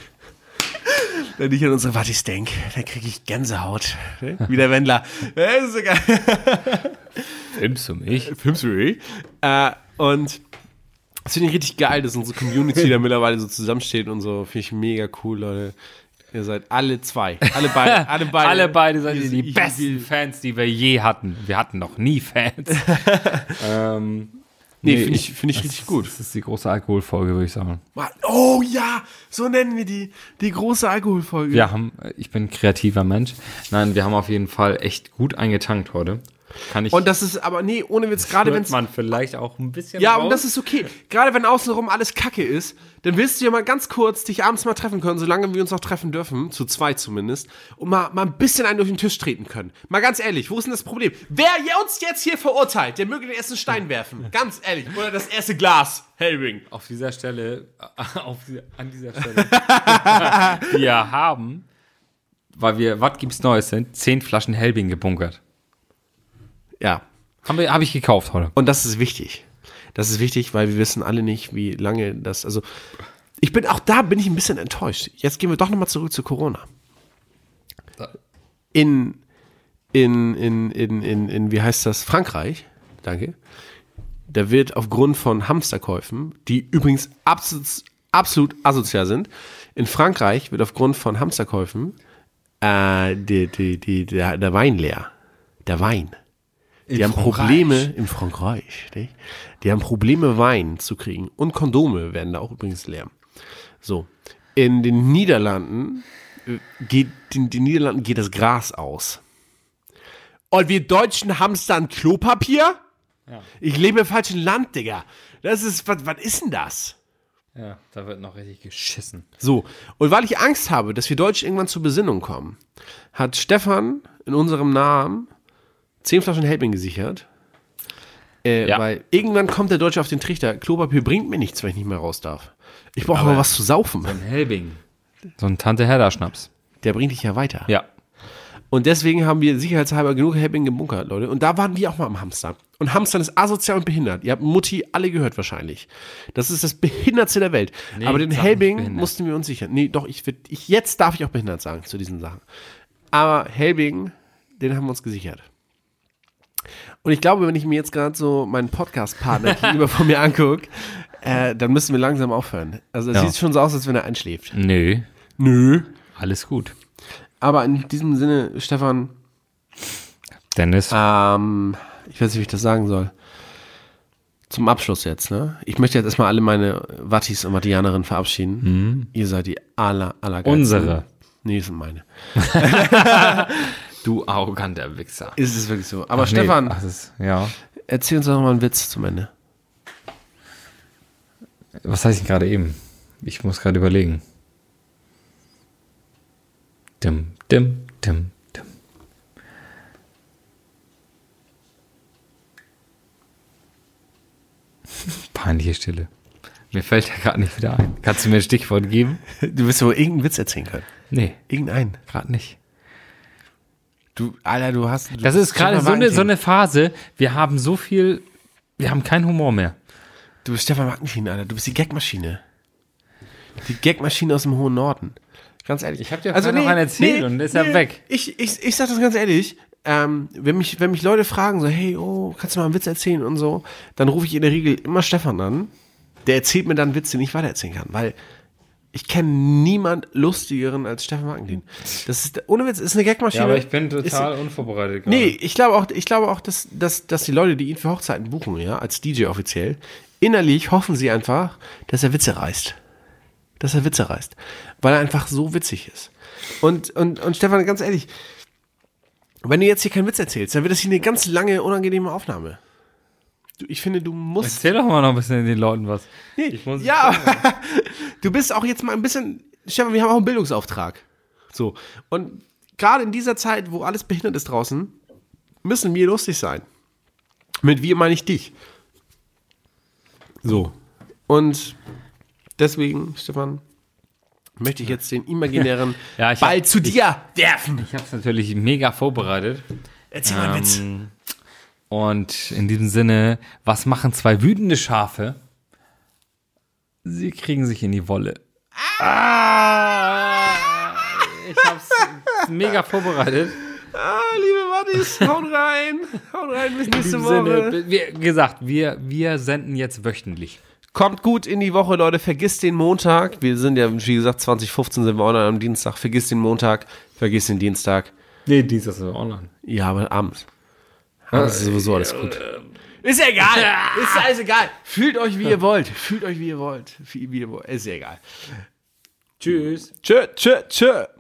B: Wenn ich an unsere Wattis denke, dann kriege ich Gänsehaut. Ne? Wie der Wendler. Das ist so geil.
C: Filmst du mich?
B: Pimsbury. Äh, und das finde ich richtig geil, dass unsere Community da mittlerweile so zusammensteht und so. Finde ich mega cool, Leute. Ihr seid alle zwei. Alle
C: (laughs)
B: beide. Alle beide,
C: Alle beide seid ihr
B: Ich-
C: die
B: ich-
C: besten Fans, die wir je hatten. Wir hatten noch
B: (laughs)
C: nie Fans. ähm,
B: Nee, finde ich, find ich richtig gut.
C: Das ist die große Alkoholfolge, würde ich sagen.
B: Mann, Oh ja, so nennen wir die. Die große Alkoholfolge.
C: Wir haben, ich bin ein kreativer Mensch. Nein, wir haben auf jeden Fall echt gut eingetankt heute. Kann ich.
B: Und das ist aber, nee, ohne Witz, gerade wenn
C: hört man vielleicht auch ein bisschen.
B: Ah, Ja,
C: raus.
B: und das ist okay. Gerade wenn außenrum alles kacke ist, dann willst du ja mal ganz kurz dich abends mal treffen können, solange wir uns noch treffen dürfen, zu zwei zumindest, und mal, mal ein bisschen einen durch den Tisch treten können. Mal ganz ehrlich, wo ist denn das Problem? Wer je- uns jetzt hier verurteilt, der möge den ersten Stein werfen. Ganz ehrlich. Oder das erste Glas. Hellring.
C: auf dieser Stelle, (laughs) auf dieser, an dieser Stelle, (laughs) wir haben, weil wir, was gibt's Neues sind, zehn Flaschen Helbing gebunkert.
B: Ja.
C: Haben wir, habe ich gekauft heute.
B: Und das ist wichtig. Das ist wichtig, weil wir wissen alle nicht, wie lange das, also, ich bin, auch da bin ich ein bisschen enttäuscht. Jetzt gehen wir doch nochmal zurück zu Corona. in, in, in, in, in, in, wie heißt das, Frankreich, danke, da wird aufgrund von Hamsterkäufen, die übrigens absolut, absolut asozial sind, in Frankreich wird aufgrund von Hamsterkäufen äh, die, die, die, der, der Wein leer. Der Wein. Die haben Probleme im Frankreich, nicht? Die haben Probleme, Wein zu kriegen. Und Kondome werden da auch übrigens leer. So. äh, In den Niederlanden geht, in den Niederlanden geht das Gras aus. Und wir Deutschen hamstern Klopapier? Ich lebe im falschen Land, Digga. Das ist, was, was ist denn das?
C: Ja, da wird noch richtig geschissen.
B: So, und weil ich Angst habe, dass wir Deutschen irgendwann zur Besinnung kommen, hat Stefan in unserem Namen 10 Flaschen Helping gesichert. Äh,
C: Ja.
B: Weil irgendwann kommt der Deutsche auf den Trichter, Klopapier bringt mir nichts, wenn ich nicht mehr raus darf. Ich brauche mal was zu saufen.
C: Ein Helbing. So ein Tante-Hedda-Schnaps.
B: Der bringt dich ja weiter.
C: Ja.
B: Und deswegen haben wir sicherheitshalber genug Helping gebunkert, Leute. Und da waren die auch mal am Hamster. Und Hamstern ist asozial und behindert. Ihr habt Mutti alle gehört wahrscheinlich. Das ist das Behindertste der Welt. Aber den
C: sag nicht
B: Helbing
C: behindert.
B: mussten wir uns sichern. Nee, doch, ich, würd- ich, jetzt darf ich auch behindert sagen zu diesen Sachen. Aber Helbing, den haben wir uns gesichert. Und ich glaube, wenn ich mir jetzt gerade so meinen
C: (laughs)
B: Podcast-Partner gegenüber von mir angucke, äh, dann müssen wir langsam aufhören. Also es
C: Ja.
B: sieht schon so aus, als wenn er einschläft.
C: Nö.
B: Nö.
C: Alles gut.
B: Aber in diesem Sinne, Stefan,
C: Dennis.
B: Ähm, ich weiß nicht, wie ich das sagen soll. Zum Abschluss jetzt, ne? Ich möchte jetzt erstmal alle meine Wattis und Wattianerinnen verabschieden. Ihr seid die aller, aller
C: Mhm. Unsere.
B: Nee, das sind meine.
C: du arroganter Wichser.
B: Ist es wirklich so. Aber Stefan,
C: Nee, das ist, ja.
B: erzähl uns doch noch mal einen Witz zum Ende.
C: Was heißt ich gerade eben? Ich muss gerade überlegen. Dim, dim, dim, dim. (laughs) Peinliche Stille. Mir fällt ja gerade nicht wieder ein. Kannst du mir ein Stichwort geben?
B: Du wirst ja wohl irgendeinen Witz erzählen können.
C: Nee,
B: Irgendeinen.
C: gerade nicht.
B: Du, Alter, du hast. Du
C: Das ist gerade so eine, so eine Phase, wir haben so viel, wir haben keinen Humor mehr.
B: Du bist Stefan Wackenschien, Alter. Du bist die Gagmaschine. Die Gagmaschine aus dem hohen Norden. Ganz ehrlich. Also
C: Ich hab dir vorhin noch einen erzählt und ist er weg.
B: Ich, ich, ich sag das ganz ehrlich. Ähm, wenn, mich, wenn mich Leute fragen, so, hey, oh, kannst du mal einen Witz erzählen und so, dann rufe ich in der Regel immer Stefan an. Der erzählt mir dann einen Witz, den ich weitererzählen kann, weil ich kenne niemand lustigeren als Stefan Wackentin. Das ist, ohne Witz, ist eine Gagmaschine. ist,
C: unvorbereitet.
B: Nee, ich glaube auch, ich glaube auch dass, dass, dass die Leute, die ihn für Hochzeiten buchen, ja, als DJ offiziell, innerlich hoffen sie einfach, dass er Witze reißt. Dass er Witze reißt. Weil er einfach so witzig ist. Und, und, und Stefan, ganz ehrlich, wenn du jetzt hier keinen Witz erzählst, dann wird das hier eine ganz lange, unangenehme Aufnahme. Du, ich finde, du musst.
C: Erzähl doch mal noch ein bisschen den Leuten was.
B: Nee, ja, aber (laughs) du bist auch jetzt mal ein bisschen, Stefan, wir haben auch einen Bildungsauftrag. So. Und gerade in dieser Zeit, wo alles behindert ist draußen, müssen wir lustig sein. Mit wir meine ich dich. So. Und deswegen, Stefan, möchte ich jetzt den imaginären
C: Ja, ich hab-
B: Ball zu dir Ah, werfen.
C: Ich habe es natürlich mega vorbereitet. Ähm,
B: Erzähl mal einen Witz.
C: Und in diesem Sinne, was machen zwei wütende Schafe? Sie kriegen sich in die Wolle. Ah! Ich hab's mega vorbereitet.
B: Ah, liebe Wattis, haut rein. Haut rein, bis
C: In
B: nächste
C: diesem
B: Woche.
C: Sinne, wie gesagt, wir, wir senden jetzt wöchentlich.
B: Kommt gut in die Woche, Leute. Vergiss den Montag. Wir sind ja, wie gesagt, 2015 sind wir online am Dienstag. Vergiss den Montag. Vergiss den Dienstag.
C: Nee, Dienstag ist online.
B: Ja, aber abends. Abends ist sowieso alles gut. Ist ja egal. (laughs) Ist alles egal. Fühlt euch, wie ihr wollt. Fühlt euch, wie ihr wollt. Wie wie ihr wollt. Ist ja egal.
C: Tschüss.
B: Tschö, tschö, tschö.